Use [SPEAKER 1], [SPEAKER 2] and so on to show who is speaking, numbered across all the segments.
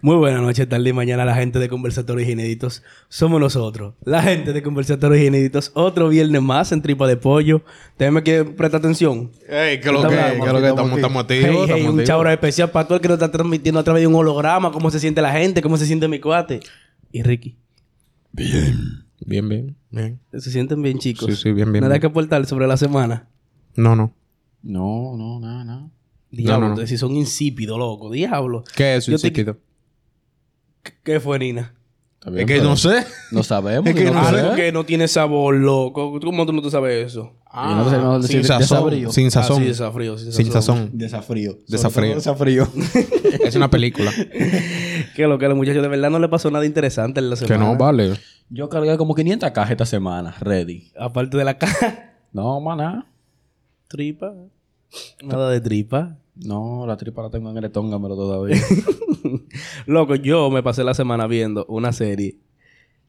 [SPEAKER 1] Muy buenas noches, tarde y mañana, la gente de Conversatorios Inéditos. Somos nosotros, la gente de Conversatorios Inéditos. Otro viernes más en Tripa de Pollo. Déjame que presta atención.
[SPEAKER 2] Ey, que lo que,
[SPEAKER 1] Estamos-
[SPEAKER 2] que lo que estamos, estamos activos,
[SPEAKER 1] Hey, hey,
[SPEAKER 2] estamos
[SPEAKER 1] un
[SPEAKER 2] activos.
[SPEAKER 1] chabra especial para todo el que lo está transmitiendo a través de un holograma. Cómo se siente la gente, cómo se siente mi cuate. Y Ricky.
[SPEAKER 2] Bien, bien, bien.
[SPEAKER 1] ¿Se sienten bien, chicos?
[SPEAKER 2] Sí, sí, bien, bien,
[SPEAKER 1] Nada
[SPEAKER 2] bien.
[SPEAKER 1] que aportar sobre la semana.
[SPEAKER 2] No, no.
[SPEAKER 3] No, no, nada, nada.
[SPEAKER 1] Diablo,
[SPEAKER 2] no, no.
[SPEAKER 1] entonces, si son insípidos, loco. Diablo.
[SPEAKER 2] ¿Qué es eso,
[SPEAKER 1] Yo te-
[SPEAKER 2] chiquito?
[SPEAKER 1] ¿Qué fue, Nina?
[SPEAKER 3] Está
[SPEAKER 2] Es
[SPEAKER 3] bien,
[SPEAKER 2] que
[SPEAKER 3] pero
[SPEAKER 2] no sé.
[SPEAKER 3] No sabemos.
[SPEAKER 2] Es que
[SPEAKER 3] yo
[SPEAKER 2] no sé.
[SPEAKER 1] Algo que no tiene sabor, loco. ¿Cómo tú no te sabes eso?
[SPEAKER 3] Ah, no sé, no,
[SPEAKER 2] sin
[SPEAKER 3] sí,
[SPEAKER 2] sazón.
[SPEAKER 3] desabrío.
[SPEAKER 2] Sin
[SPEAKER 1] Ah,
[SPEAKER 2] sazón.
[SPEAKER 1] sí, desafrío, sí,
[SPEAKER 2] sin sazón.
[SPEAKER 3] Desafrío.
[SPEAKER 2] Desafrío.
[SPEAKER 3] Desafrío.
[SPEAKER 2] es una película.
[SPEAKER 1] Que lo que a los muchachos de verdad no le pasó nada interesante en la
[SPEAKER 2] que
[SPEAKER 1] semana.
[SPEAKER 2] no vale.
[SPEAKER 3] Yo cargué como 500 cajas esta semana, ready.
[SPEAKER 1] Aparte de la caja.
[SPEAKER 3] No, maná.
[SPEAKER 1] Tripa. Nada de tripa.
[SPEAKER 3] No, la tripa la tengo en el estóngamelo todavía.
[SPEAKER 1] Loco, yo me pasé la semana viendo una serie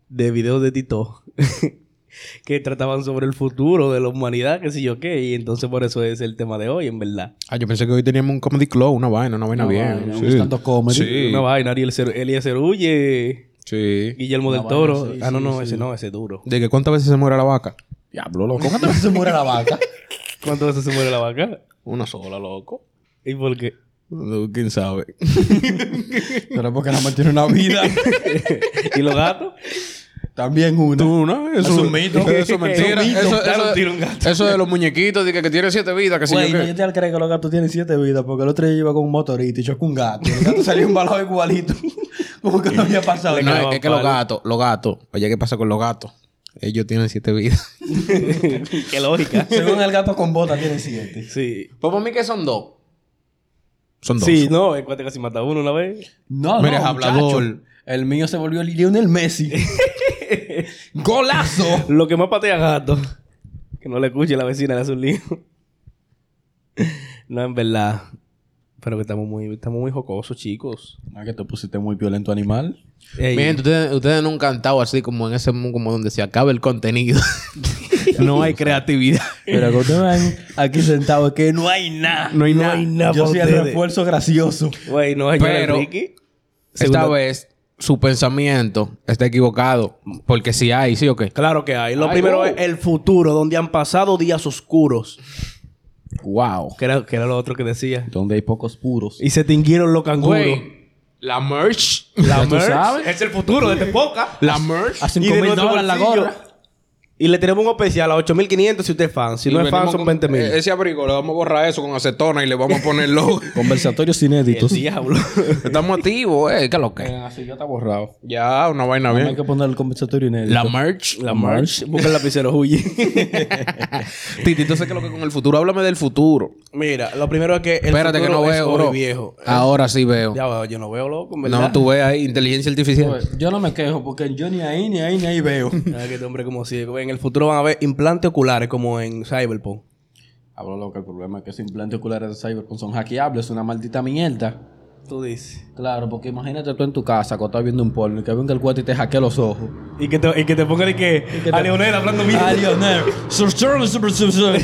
[SPEAKER 1] de videos de Tito que trataban sobre el futuro de la humanidad, qué sé yo qué. Y entonces por eso es el tema de hoy, en verdad.
[SPEAKER 2] Ah, yo pensé que hoy teníamos un comedy club, una vaina, una vaina
[SPEAKER 3] Una
[SPEAKER 2] bien.
[SPEAKER 3] vaina,
[SPEAKER 2] sí.
[SPEAKER 3] unos tantos comedy.
[SPEAKER 2] Sí.
[SPEAKER 1] Una vaina, Ariel Cer- Eliezer Cerulle,
[SPEAKER 2] sí.
[SPEAKER 1] Guillermo del
[SPEAKER 3] Una vaina,
[SPEAKER 1] Toro.
[SPEAKER 3] sí,
[SPEAKER 1] ah, no,
[SPEAKER 3] sí,
[SPEAKER 1] no,
[SPEAKER 3] sí.
[SPEAKER 1] ese no, ese es duro.
[SPEAKER 2] ¿De que cuántas veces se muere la vaca?
[SPEAKER 3] Diablo, loco. ¿Cuántas veces se muere la vaca?
[SPEAKER 1] ¿Cuántas veces se muere la vaca?
[SPEAKER 2] Una sola, loco.
[SPEAKER 1] ¿Y por qué?
[SPEAKER 2] Uh, ¿Quién sabe?
[SPEAKER 3] Pero porque no mantiene una vida.
[SPEAKER 1] ¿Y los gatos?
[SPEAKER 3] También una.
[SPEAKER 2] Tú, ¿no? Eso
[SPEAKER 3] Es un mito.
[SPEAKER 2] Eso es mentira.
[SPEAKER 1] Es un mito.
[SPEAKER 2] Eso,
[SPEAKER 1] Dale un
[SPEAKER 2] eso,
[SPEAKER 1] tiro a un gato.
[SPEAKER 2] eso de los muñequitos, de que, que tiene siete vidas, que sí.
[SPEAKER 3] Güey, no, yo te al creer que los gatos tienen siete vidas porque el otro día iba con un motorito y chocó un gato. El gato salió embalado igualito. Como que no había pasado
[SPEAKER 1] Le
[SPEAKER 2] No,
[SPEAKER 3] nada.
[SPEAKER 1] cagó.
[SPEAKER 2] es, es que los gatos, los gatos. Oye, ¿qué pasa con los gatos? Ellos tienen siete vidas.
[SPEAKER 1] qué lógica.
[SPEAKER 3] Según el gato con bota tiene siete.
[SPEAKER 1] Sí.
[SPEAKER 2] Pues para mí que son dos. Son dos.
[SPEAKER 1] Sí, no, el cuate casi mata a uno una vez.
[SPEAKER 3] No,
[SPEAKER 2] Mira,
[SPEAKER 3] no,
[SPEAKER 2] hablador.
[SPEAKER 3] muchacho. El mío se volvió Lionel Messi. ¡Golazo!
[SPEAKER 1] Lo que más patea gato. Que no le escuche la vecina de su lío. No, en verdad. Pero que estamos muy, estamos muy jocosos, chicos.
[SPEAKER 3] Ah, que te pusiste muy violento animal.
[SPEAKER 1] Ey,
[SPEAKER 2] Miren, ustedes, ustedes no han cantado así como en ese mundo como donde se acaba el contenido. no hay creatividad.
[SPEAKER 3] Pero que ustedes ven aquí sentado es que no hay nada.
[SPEAKER 1] No hay na. Yo
[SPEAKER 3] Yo
[SPEAKER 1] soy
[SPEAKER 3] soy
[SPEAKER 1] el
[SPEAKER 3] el refuerzo gracioso.
[SPEAKER 1] Güey, no, señor
[SPEAKER 2] Pero-
[SPEAKER 1] Enrique.
[SPEAKER 2] Esta
[SPEAKER 1] Segunda-
[SPEAKER 2] vez su pensamiento está equivocado. Porque si hay, ¿sí o qué?
[SPEAKER 1] Claro que hay. Lo
[SPEAKER 2] Ay,
[SPEAKER 1] primero
[SPEAKER 2] wow.
[SPEAKER 1] es el futuro, donde han pasado días oscuros.
[SPEAKER 3] ¡Wow!
[SPEAKER 1] Que era, que era lo otro que decía.
[SPEAKER 3] Donde hay pocos puros.
[SPEAKER 1] Y se extinguieron los canguros.
[SPEAKER 2] Güey, la merch.
[SPEAKER 1] La
[SPEAKER 3] Ya tú
[SPEAKER 1] merch
[SPEAKER 3] sabes.
[SPEAKER 1] es el futuro de este podcast.
[SPEAKER 2] La merch.
[SPEAKER 3] A
[SPEAKER 1] Y
[SPEAKER 3] 5
[SPEAKER 1] de
[SPEAKER 3] mil
[SPEAKER 1] nuestro
[SPEAKER 3] dólares la
[SPEAKER 1] bolsillo.
[SPEAKER 3] gorra.
[SPEAKER 1] Y le tenemos un especial a 8500 si usted es fan. Si no es fan, son 20000.
[SPEAKER 2] Ese abrigo, le vamos a borrar eso con acetona y le vamos a poner logo.
[SPEAKER 3] Conversatorios inéditos.
[SPEAKER 1] diablo.
[SPEAKER 2] Estamos activos, eh. ¿Qué es lo que?
[SPEAKER 3] Así ya está borrado.
[SPEAKER 2] Ya, una vaina
[SPEAKER 3] Hay
[SPEAKER 2] bien.
[SPEAKER 3] que poner el conversatorio inédito.
[SPEAKER 2] La merch.
[SPEAKER 1] La merch. Busca el lapicero, huye.
[SPEAKER 2] Titi, entonces, ¿qué es lo que con el futuro? Háblame del futuro.
[SPEAKER 1] Mira, lo primero es que el
[SPEAKER 2] Espérate que
[SPEAKER 1] futuro
[SPEAKER 2] no
[SPEAKER 1] es
[SPEAKER 2] veo,
[SPEAKER 1] hoy,
[SPEAKER 2] bro.
[SPEAKER 1] viejo.
[SPEAKER 2] Ahora sí veo.
[SPEAKER 1] Ya, bueno, yo no veo loco, en ¿verdad?
[SPEAKER 2] No, tú ves ahí inteligencia artificial.
[SPEAKER 3] Pues, Yo no me quejo porque yo ni ahí, ni ahí, ni ahí veo.
[SPEAKER 1] Ah, que este hombre como ciego. En el futuro van a haber implantes oculares como en Cyberpunk.
[SPEAKER 3] Hablo loco, el problema es que esos implantes oculares de Cyberpunk son hackeables, es una maldita mierda.
[SPEAKER 1] Tú dices.
[SPEAKER 3] Claro, porque imagínate tú en tu casa, acostado viendo un porno, y que venga el cuate y te hackea los ojos.
[SPEAKER 1] Y que te, y que te pongan y que...
[SPEAKER 3] que te-
[SPEAKER 1] a Leonel hablando bien.
[SPEAKER 3] Ay, Dios mío. Sir Charles, super, super, super.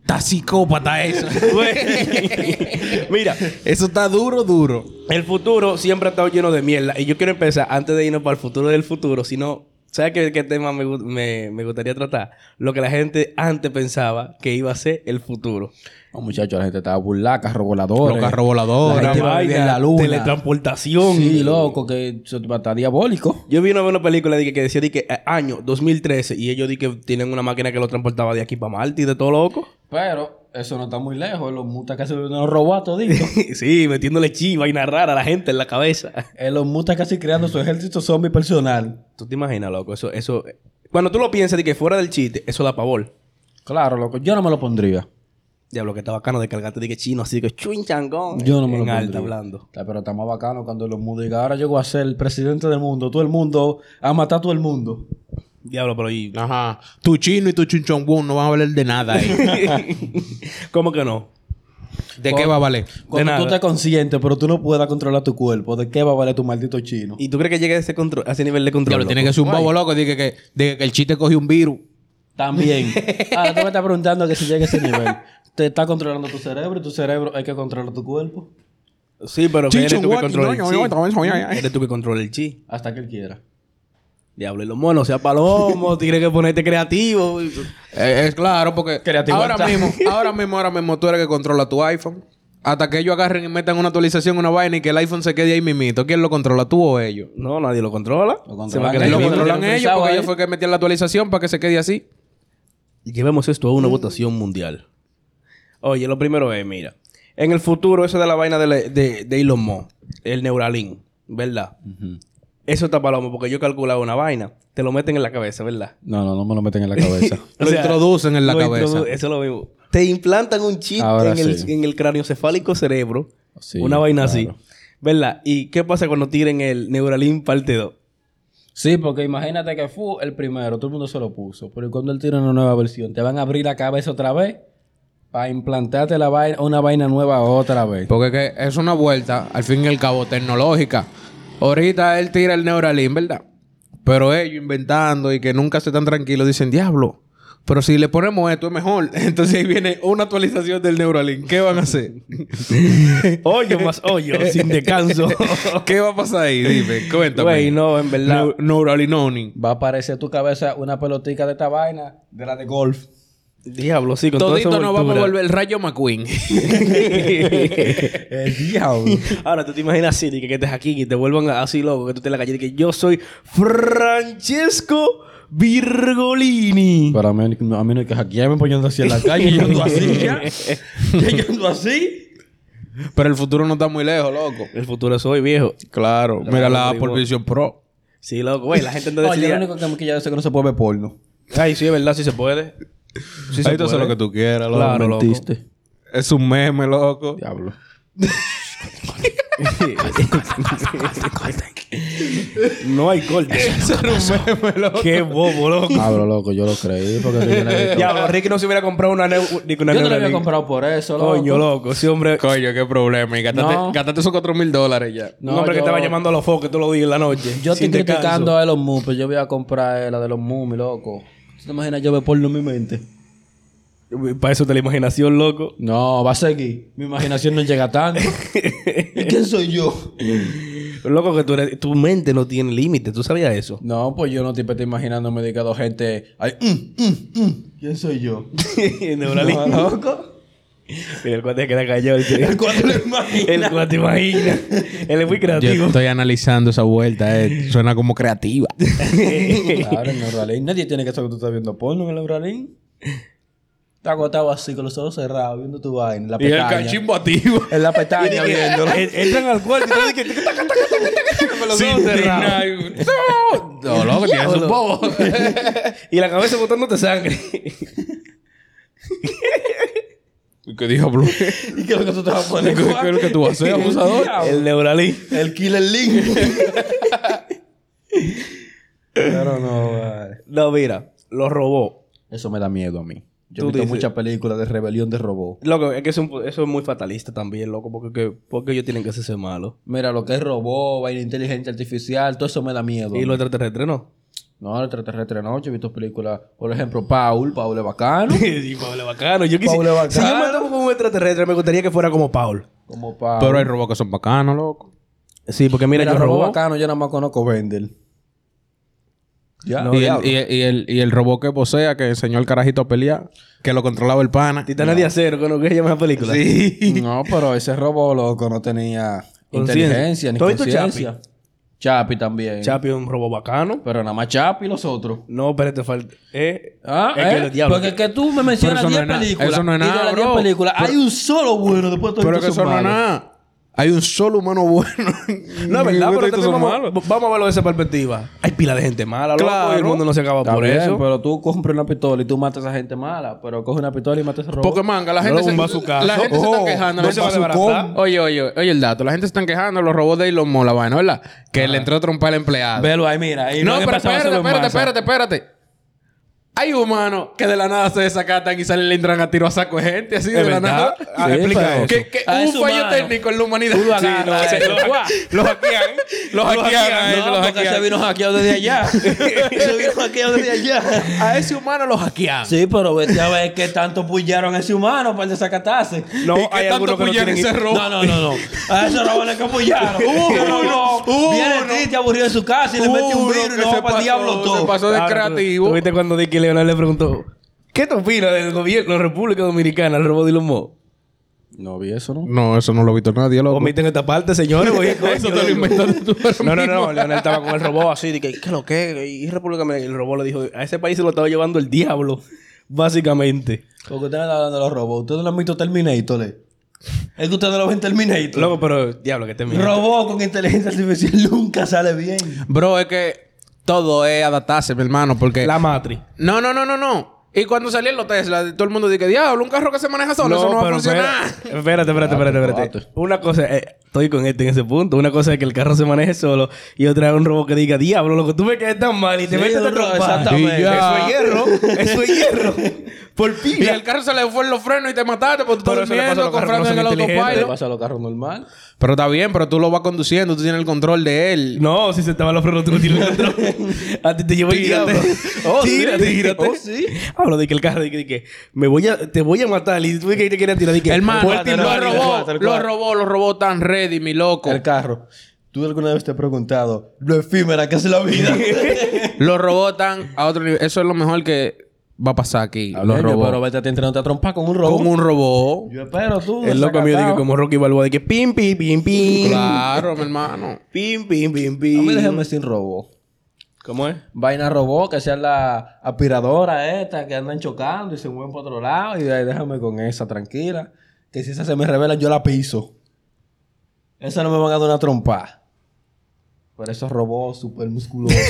[SPEAKER 2] Está psicópata eso.
[SPEAKER 1] Güey. Mira,
[SPEAKER 2] eso está duro, duro.
[SPEAKER 1] el futuro siempre ha estado lleno de mierda. Y yo quiero empezar, antes de irnos para el futuro del futuro, sino... ¿Sabes qué, qué tema me, gu- me- me gustaría tratar? Lo que la gente antes pensaba que iba a ser el futuro.
[SPEAKER 3] No, muchachos, la gente estaba burlada, carro voladores.
[SPEAKER 2] Los carros voladores.
[SPEAKER 3] La gente va a vivir en la luna.
[SPEAKER 1] Teletransportación.
[SPEAKER 3] Sí, loco, que eso te va a estar diabólico.
[SPEAKER 1] Yo vi una, una película di que, que decía di que eh, año 2013 y ellos di que tienen una máquina que lo transportaba de aquí para Marte y de todo loco.
[SPEAKER 3] Pero eso no está muy lejos, los mutas casi nos robó a todito.
[SPEAKER 1] sí, metiéndole chi, vaina rara a la gente en la cabeza.
[SPEAKER 3] los mutas casi creando su ejército zombie personal.
[SPEAKER 1] ¿Tú te imaginas, loco? Eso, eso. Cuando tú lo piensas de que fuera del chiste, eso da pavor.
[SPEAKER 3] Claro, loco, yo no me lo pondría.
[SPEAKER 1] Diablo, que está bacano de cargarte de que chino, así de que chuin changón.
[SPEAKER 3] Yo no me lo
[SPEAKER 1] en alta
[SPEAKER 3] pondría.
[SPEAKER 1] hablando.
[SPEAKER 3] Ah, Pero está más bacano cuando los mudos digan, ahora llegó a ser el presidente del mundo, todo el mundo, a matar a todo el mundo.
[SPEAKER 1] Diablo, pero y.
[SPEAKER 2] Ajá. Tu chino y tu chinchón no van a valer de nada ahí.
[SPEAKER 1] ¿Cómo que no?
[SPEAKER 2] ¿De qué va a valer?
[SPEAKER 3] Cuando
[SPEAKER 1] nada.
[SPEAKER 3] tú te consciente, pero tú no puedas controlar tu cuerpo, ¿de qué va a valer tu maldito chino?
[SPEAKER 1] ¿Y tú crees que llegue a ese, control, a ese nivel de control?
[SPEAKER 2] Diablo, tiene
[SPEAKER 1] loco?
[SPEAKER 2] que ser un bobo loco. Dije que, dije que el chiste cogió un virus.
[SPEAKER 3] También. ahora tú me estás preguntando que si llega a ese nivel, te está controlando tu cerebro y tu cerebro hay que controlar tu cuerpo.
[SPEAKER 1] Sí, pero que eres tú que
[SPEAKER 3] Chichon,
[SPEAKER 1] controla el
[SPEAKER 3] guac, ño, ño, otra vez,
[SPEAKER 1] chi.
[SPEAKER 3] ño, ño, ño.
[SPEAKER 1] Eres tú que controla el chi.
[SPEAKER 3] Hasta que él quiera.
[SPEAKER 1] Diablo, y los monos, sea palomo, tienes que ponerte creativo.
[SPEAKER 2] Eh, es claro, porque
[SPEAKER 3] Creativo
[SPEAKER 2] ahora
[SPEAKER 3] está.
[SPEAKER 2] mismo, ahora mismo, ahora mismo tú eres el que controla tu iPhone. Hasta que ellos agarren y metan una actualización, una vaina y que el iPhone se quede ahí mimito. ¿Quién lo controla? ¿Tú o ellos?
[SPEAKER 1] No, nadie lo controla.
[SPEAKER 3] Lo controlan
[SPEAKER 1] Se va a quedar ahí.
[SPEAKER 2] Ellos lo
[SPEAKER 3] ellos mismos
[SPEAKER 2] controlan
[SPEAKER 3] tienen
[SPEAKER 2] ellos
[SPEAKER 3] pensado
[SPEAKER 2] porque
[SPEAKER 3] ahí.
[SPEAKER 2] ellos fue que metieron la actualización para que se quede así.
[SPEAKER 1] Llevemos esto a una votación mundial. Oye, lo primero es, mira, en el futuro eso de la vaina de, la- de, de Elon Musk, el Neuralink, ¿verdad? Eso está palomo porque yo calculaba una vaina. Te lo meten en la cabeza, ¿verdad?
[SPEAKER 3] No, no, no me lo meten en la cabeza.
[SPEAKER 2] Lo
[SPEAKER 1] O sea,
[SPEAKER 2] introducen en la
[SPEAKER 1] lo
[SPEAKER 2] cabeza.
[SPEAKER 1] introdu- Eso es lo mismo. Te implantan un chip
[SPEAKER 3] Ahora
[SPEAKER 1] en, el,
[SPEAKER 3] sí.
[SPEAKER 1] en el cráneo cefálico cerebro.
[SPEAKER 3] Sí,
[SPEAKER 1] una vaina
[SPEAKER 3] claro.
[SPEAKER 1] así. ¿Verdad? ¿Y qué pasa cuando tiren el Neuralink parte 2?
[SPEAKER 3] Sí, porque imagínate que fue el primero, todo el mundo se lo puso. Pero cuando él tiene una nueva versión, te van a abrir la cabeza otra vez para implantarte la vaina, una vaina nueva otra vez.
[SPEAKER 2] Porque que es una vuelta, al fin y al cabo, tecnológica. Ahorita él tira el Neuralink, ¿verdad? Pero ellos inventando y que nunca se están tranquilos dicen, diablo, pero si le ponemos esto es mejor. Entonces ahí viene una actualización del Neuralink. ¿Qué van a hacer?
[SPEAKER 1] Hoyo más hoyo, sin descanso.
[SPEAKER 2] ¿Qué va a pasar ahí? Dime, cuéntame.
[SPEAKER 1] Güey, no, en verdad.
[SPEAKER 2] Neu- Neuralinoni.
[SPEAKER 3] Va a aparecer tu cabeza una pelotica de esta vaina, de la de golf.
[SPEAKER 1] Diablo, sí, con toda esa
[SPEAKER 2] Todito nos vamos a
[SPEAKER 1] envoltura.
[SPEAKER 2] volver el Rayo McQueen.
[SPEAKER 3] El diablo.
[SPEAKER 1] Ahora, ¿tú te imaginas así, de que, que estés aquí y te vuelvan a- así loco, que tú estés en la calle de que yo soy Francesco Virgolini?
[SPEAKER 3] Para mí, a mí no hay que hackearme poniendo así en la calle. Yo ando así ya. Ya Yo ando así.
[SPEAKER 2] pero el futuro no está muy lejos, loco.
[SPEAKER 1] El futuro soy viejo.
[SPEAKER 2] Claro. Mira la Apple
[SPEAKER 1] primo.
[SPEAKER 2] Vision Pro.
[SPEAKER 1] Sí, loco, güey, la gente no
[SPEAKER 3] Oye,
[SPEAKER 1] decía.
[SPEAKER 3] lo único que, que ya sé que no se puede ver porno.
[SPEAKER 1] Ay, sí, es verdad, sí se puede. Sí se
[SPEAKER 2] ahí tú haces lo
[SPEAKER 1] puede.
[SPEAKER 2] que tú quieras, loco.
[SPEAKER 1] Claro, loco.
[SPEAKER 3] Mentiste.
[SPEAKER 2] Es un meme, loco.
[SPEAKER 3] Diablo.
[SPEAKER 1] No hay corte.
[SPEAKER 2] Ese era un meme, loco.
[SPEAKER 1] Qué bobo, loco.
[SPEAKER 3] Diablo, Ah, loco, yo lo creí. Porque sí, yo no había-
[SPEAKER 1] Diablo, Ricky no se hubiera comprado una neu... ni que una
[SPEAKER 3] yo no lo había
[SPEAKER 1] Neuralink.
[SPEAKER 3] comprado por eso, loco.
[SPEAKER 1] Coño, loco, ese hombre.
[SPEAKER 2] Coño, qué problema. Y gastaste,
[SPEAKER 3] No.
[SPEAKER 2] gastaste esos 4 mil dólares ya.
[SPEAKER 1] un hombre que
[SPEAKER 3] yo-
[SPEAKER 1] estaba llamando a los focos todos los días en la noche.
[SPEAKER 3] Yo estoy
[SPEAKER 1] sin descanso.
[SPEAKER 3] criticando a los Moon, pero yo voy a comprar eh, la de los Moon, mi loco. ¿Tú te imaginas yo ver porno en mi mente?
[SPEAKER 1] Para eso de la imaginación, loco.
[SPEAKER 3] No, va a seguir. Mi imaginación no llega tanto. ¿Y quién soy yo?
[SPEAKER 1] Loco, que tú eres- tu mente no tiene límite. ¿Tú sabías eso?
[SPEAKER 3] No, pues yo no tipo estoy imaginándome de que dos gente. Ay, mm, mm, mm. ¿Quién soy yo?
[SPEAKER 1] Neuralink.
[SPEAKER 3] No, loco.
[SPEAKER 1] Mira, el cuate se queda callado. El, el,
[SPEAKER 3] ¿Cuánto le imaginas?
[SPEAKER 1] cuate imagina. Él es muy creativo.
[SPEAKER 2] estoy analizando esa vuelta. eh. Suena como creativa.
[SPEAKER 3] Claro, en Neuralink. Nadie tiene que saber que tú estás viendo porno en el Neuralink. Está agotado así, con los ojos cerrados, viendo tu vaina. en La
[SPEAKER 2] y el
[SPEAKER 3] pestaña.
[SPEAKER 2] cachimbo activo.
[SPEAKER 3] En la pestaña, viéndolo.
[SPEAKER 1] Eh, Entran al cuarto y todo de que- con los ojos
[SPEAKER 2] Sin
[SPEAKER 1] cerrados.
[SPEAKER 2] nada. No, No, loco, tienes un bobo.
[SPEAKER 1] Y la cabeza botándote sangre.
[SPEAKER 2] ¿Qué diablo?
[SPEAKER 3] ¿Y qué es lo que tú te vas a
[SPEAKER 2] ¿Qué
[SPEAKER 3] poner?
[SPEAKER 2] qué es lo que tú vas a hacer, abusador?
[SPEAKER 1] el Neuralink.
[SPEAKER 3] El Killer Link. Pero no, vale.
[SPEAKER 1] No, mira. Los robots.
[SPEAKER 3] Eso me da miedo a mí. Yo
[SPEAKER 1] Tú
[SPEAKER 3] he visto
[SPEAKER 1] dices-
[SPEAKER 3] muchas películas de rebelión de robots.
[SPEAKER 1] Loco, es que eso, eso es muy fatalista también, loco. Porque, que- porque ellos tienen que hacerse malos.
[SPEAKER 3] Mira, lo que es robot, vaina inteligencia artificial, todo eso me da miedo.
[SPEAKER 1] Y los extraterrestres no.
[SPEAKER 3] No, el extraterrestre no. Yo he visto películas, por ejemplo, Paul. Paul es bacano.
[SPEAKER 1] y Pablo es bacano. Yo quisiera,
[SPEAKER 3] Pablo es
[SPEAKER 1] Si yo me
[SPEAKER 3] bacano.
[SPEAKER 1] tomo con un extraterrestre, me gustaría que fuera como Paul.
[SPEAKER 3] Como Paul.
[SPEAKER 2] Pero hay robots que son bacanos, loco.
[SPEAKER 1] Sí, porque mira,
[SPEAKER 3] Mira,
[SPEAKER 1] yo
[SPEAKER 3] robot,
[SPEAKER 1] robó.
[SPEAKER 3] bacano, yo nada más conozco Vendel. Ya.
[SPEAKER 1] No,
[SPEAKER 2] Y el,
[SPEAKER 1] diablo.
[SPEAKER 2] y, el- y el, y el robot que posea, que enseñó al carajito a pelear, que lo controlaba el pana.
[SPEAKER 1] Titanes de acero, con lo que se llama esa película.
[SPEAKER 2] Sí.
[SPEAKER 3] No, pero ese robo loco no tenía
[SPEAKER 1] Conciencia.
[SPEAKER 3] inteligencia ni
[SPEAKER 1] ¿Tú has visto
[SPEAKER 3] conciencia. Chapi también.
[SPEAKER 1] Chapi es un robot bacano.
[SPEAKER 3] Pero nada más Chapi y los otros.
[SPEAKER 1] No, pero te falta. Eh,
[SPEAKER 3] Ah,
[SPEAKER 1] es que
[SPEAKER 3] ¿eh?
[SPEAKER 1] los diablos.
[SPEAKER 3] Porque es que tú me mencionas
[SPEAKER 2] Pero eso no
[SPEAKER 3] 10
[SPEAKER 2] es nada.
[SPEAKER 3] películas.
[SPEAKER 2] Eso no es
[SPEAKER 3] Y de
[SPEAKER 2] nada,
[SPEAKER 3] las 10
[SPEAKER 2] bro.
[SPEAKER 3] películas hay un solo bueno después de todo
[SPEAKER 2] Pero que eso no es nada. Hay un solo humano bueno.
[SPEAKER 1] No, es verdad,
[SPEAKER 2] Ninguno
[SPEAKER 1] pero
[SPEAKER 2] de estos
[SPEAKER 1] también
[SPEAKER 2] son
[SPEAKER 1] vamos,
[SPEAKER 2] malos.
[SPEAKER 1] vamos a verlo desde esa perspectiva. Hay pila de gente mala, loco,
[SPEAKER 2] Claro.
[SPEAKER 1] y el mundo no se acaba por eso.
[SPEAKER 3] pero tú compras una pistola y tú matas a esa gente mala. Pero coge una pistola y matas a ese robot.
[SPEAKER 2] Porque manga, la
[SPEAKER 1] No,
[SPEAKER 2] gente,
[SPEAKER 1] un
[SPEAKER 2] se,
[SPEAKER 1] bazucazo.
[SPEAKER 2] la gente se
[SPEAKER 1] Ojo,
[SPEAKER 2] está quejando.
[SPEAKER 1] no
[SPEAKER 2] la
[SPEAKER 1] se
[SPEAKER 2] gente-
[SPEAKER 1] va a desbaratar.
[SPEAKER 2] Oye, oye, oye el dato. La gente se están quejando los robots de Elon Musk, la vaina, ¿verdad?
[SPEAKER 1] Ah.
[SPEAKER 2] Que le entró a trompar al empleado.
[SPEAKER 3] Velo ahí, mira. ahí,
[SPEAKER 2] no,
[SPEAKER 3] ¿qué
[SPEAKER 2] pero
[SPEAKER 3] pasaba
[SPEAKER 2] espérate,
[SPEAKER 3] solo en
[SPEAKER 2] espérate,
[SPEAKER 3] masa?
[SPEAKER 2] espérate, espérate. Hay humanos que de la nada se desacatan y salen y le entran a tiro a saco de gente así de
[SPEAKER 1] ¿Es verdad?
[SPEAKER 2] la nada.
[SPEAKER 1] Ah, explica eso.
[SPEAKER 2] Que, que
[SPEAKER 4] Ah,
[SPEAKER 2] hubo
[SPEAKER 4] es
[SPEAKER 2] un fallo
[SPEAKER 4] humano.
[SPEAKER 2] técnico en la humanidad.
[SPEAKER 3] Tú lo
[SPEAKER 2] Sí,
[SPEAKER 3] agarras,
[SPEAKER 2] no,
[SPEAKER 3] eh,
[SPEAKER 2] se-
[SPEAKER 3] lo-
[SPEAKER 2] Los hackean. Los hackean. a ese,
[SPEAKER 4] No,
[SPEAKER 2] Los
[SPEAKER 4] porque se
[SPEAKER 2] hackean.
[SPEAKER 4] vino hackeado desde allá. se vino hackeado desde allá.
[SPEAKER 2] A ese humano los hackean.
[SPEAKER 4] Sí, pero vete a ver qué tanto pullaron a ese humano para el desacatarse.
[SPEAKER 1] No,
[SPEAKER 2] ¿Y qué
[SPEAKER 1] hay
[SPEAKER 2] tanto
[SPEAKER 1] algunos que no
[SPEAKER 2] pullaron
[SPEAKER 1] tienen...
[SPEAKER 2] y se roban?
[SPEAKER 4] No, no, no, no. A esos robones que pullaron.
[SPEAKER 2] Hubo uno, hubo
[SPEAKER 4] Viene
[SPEAKER 2] uno.
[SPEAKER 4] triste, aburrido en su casa y le mete un
[SPEAKER 2] Uno
[SPEAKER 4] virus y
[SPEAKER 2] que
[SPEAKER 4] lo
[SPEAKER 2] se
[SPEAKER 4] va para
[SPEAKER 2] pasó,
[SPEAKER 4] el diablo
[SPEAKER 2] Se
[SPEAKER 4] todo.
[SPEAKER 2] pasó de
[SPEAKER 1] Claro, ¿tú-
[SPEAKER 2] creativo.
[SPEAKER 1] ¿Tú viste cuando Dicky Leonel le preguntó... ¿Qué te opinas del gobierno de República Dominicana, el robo de Elon Musk?
[SPEAKER 3] No vi eso, ¿no?
[SPEAKER 2] No, eso no lo ha visto nadie, loco.
[SPEAKER 1] Omiten esta parte, señores. porque, coño,
[SPEAKER 2] Eso te lo inventaste tú
[SPEAKER 1] No, no, no. Leonel estaba con el robot así. de que, ¿qué lo que? Y República Dominicana. El robot le dijo, a ese país se lo estaba llevando el diablo. Básicamente.
[SPEAKER 4] Porque ustedes están hablando de los robots. Ustedes no han visto Terminator. eh. Es que ustedes lo ven Terminator.
[SPEAKER 1] Loco, pero... Diablo, que te mierda.
[SPEAKER 4] Robot con inteligencia artificial nunca sale bien.
[SPEAKER 2] Bro, es que todo es adaptarse, mi hermano, porque...
[SPEAKER 1] La matriz.
[SPEAKER 2] No, no, no, no, no. Y cuando salieron los Tesla, todo el mundo dice, diablo, un carro que se maneja solo, eso no va a funcionar.
[SPEAKER 1] espera- Espérate, espérate, espérate, espérate. Una cosa, eh, estoy con este en ese punto. Una cosa es que el carro se maneje solo y otra es un robot que diga, diablo, loco, tú me quedas tan mal y te
[SPEAKER 4] Sí,
[SPEAKER 1] metes a
[SPEAKER 4] un robot,
[SPEAKER 1] trompar.
[SPEAKER 4] exactamente.
[SPEAKER 1] Y ya. Eso es hierro, eso es hierro. Por
[SPEAKER 2] Y el
[SPEAKER 1] pila.
[SPEAKER 2] carro se le fue en los frenos y te mataste porque tú
[SPEAKER 1] Pero
[SPEAKER 2] estás
[SPEAKER 1] eso le pasa a los
[SPEAKER 2] durmiendo, con
[SPEAKER 1] carros
[SPEAKER 2] frenos
[SPEAKER 1] que
[SPEAKER 2] en el
[SPEAKER 1] no son inteligentes.
[SPEAKER 3] ¿Qué
[SPEAKER 2] autopilot.
[SPEAKER 3] pasa a los carros normal?
[SPEAKER 2] Pero está bien, pero tú lo vas conduciendo, tú tienes el control de él.
[SPEAKER 1] No, si se estaba los frenos, tú no tienes el control. A ti te llevo el
[SPEAKER 4] Tírate.
[SPEAKER 1] diablo.
[SPEAKER 4] Oh, sí.
[SPEAKER 1] tírate, tírate.
[SPEAKER 4] Oh, sí.
[SPEAKER 1] Hablo de que el carro, de que, de que me voy a, te voy a matar y tú que te quieres tirar. de que-
[SPEAKER 2] Hermano,
[SPEAKER 1] Pues,
[SPEAKER 4] Cuatro,
[SPEAKER 2] los
[SPEAKER 4] hermano,
[SPEAKER 2] robó,
[SPEAKER 4] cuatro,
[SPEAKER 2] los
[SPEAKER 4] cuatro.
[SPEAKER 2] robó, los robó tan ready, mi loco.
[SPEAKER 4] El carro. ¿Tú alguna vez te has preguntado lo efímera que es la vida?
[SPEAKER 2] Los robotan a otro nivel. Eso es lo mejor que va a pasar aquí. Los
[SPEAKER 3] Yo,
[SPEAKER 2] robó.
[SPEAKER 3] Pero vete a ti entrenando a trompa con un robot.
[SPEAKER 2] Con un robot.
[SPEAKER 4] Yo espero tú.
[SPEAKER 1] El loco mío, de que
[SPEAKER 4] desacatado.
[SPEAKER 1] como Rocky Balboa, de que pim, pim, pim, pim.
[SPEAKER 2] Claro, mi hermano.
[SPEAKER 1] Pim, pim, pim,
[SPEAKER 4] A mí
[SPEAKER 1] pim.
[SPEAKER 4] déjame sin robot.
[SPEAKER 1] ¿Cómo es?
[SPEAKER 4] Vaina robot, que sea la aspiradora esta, que andan chocando y se mueven para otro lado. Y ahí déjame con esa, tranquila. Que si esa se me revela, yo la piso. Esa no me van a dar una trompa. Por esos robots súper musculosos.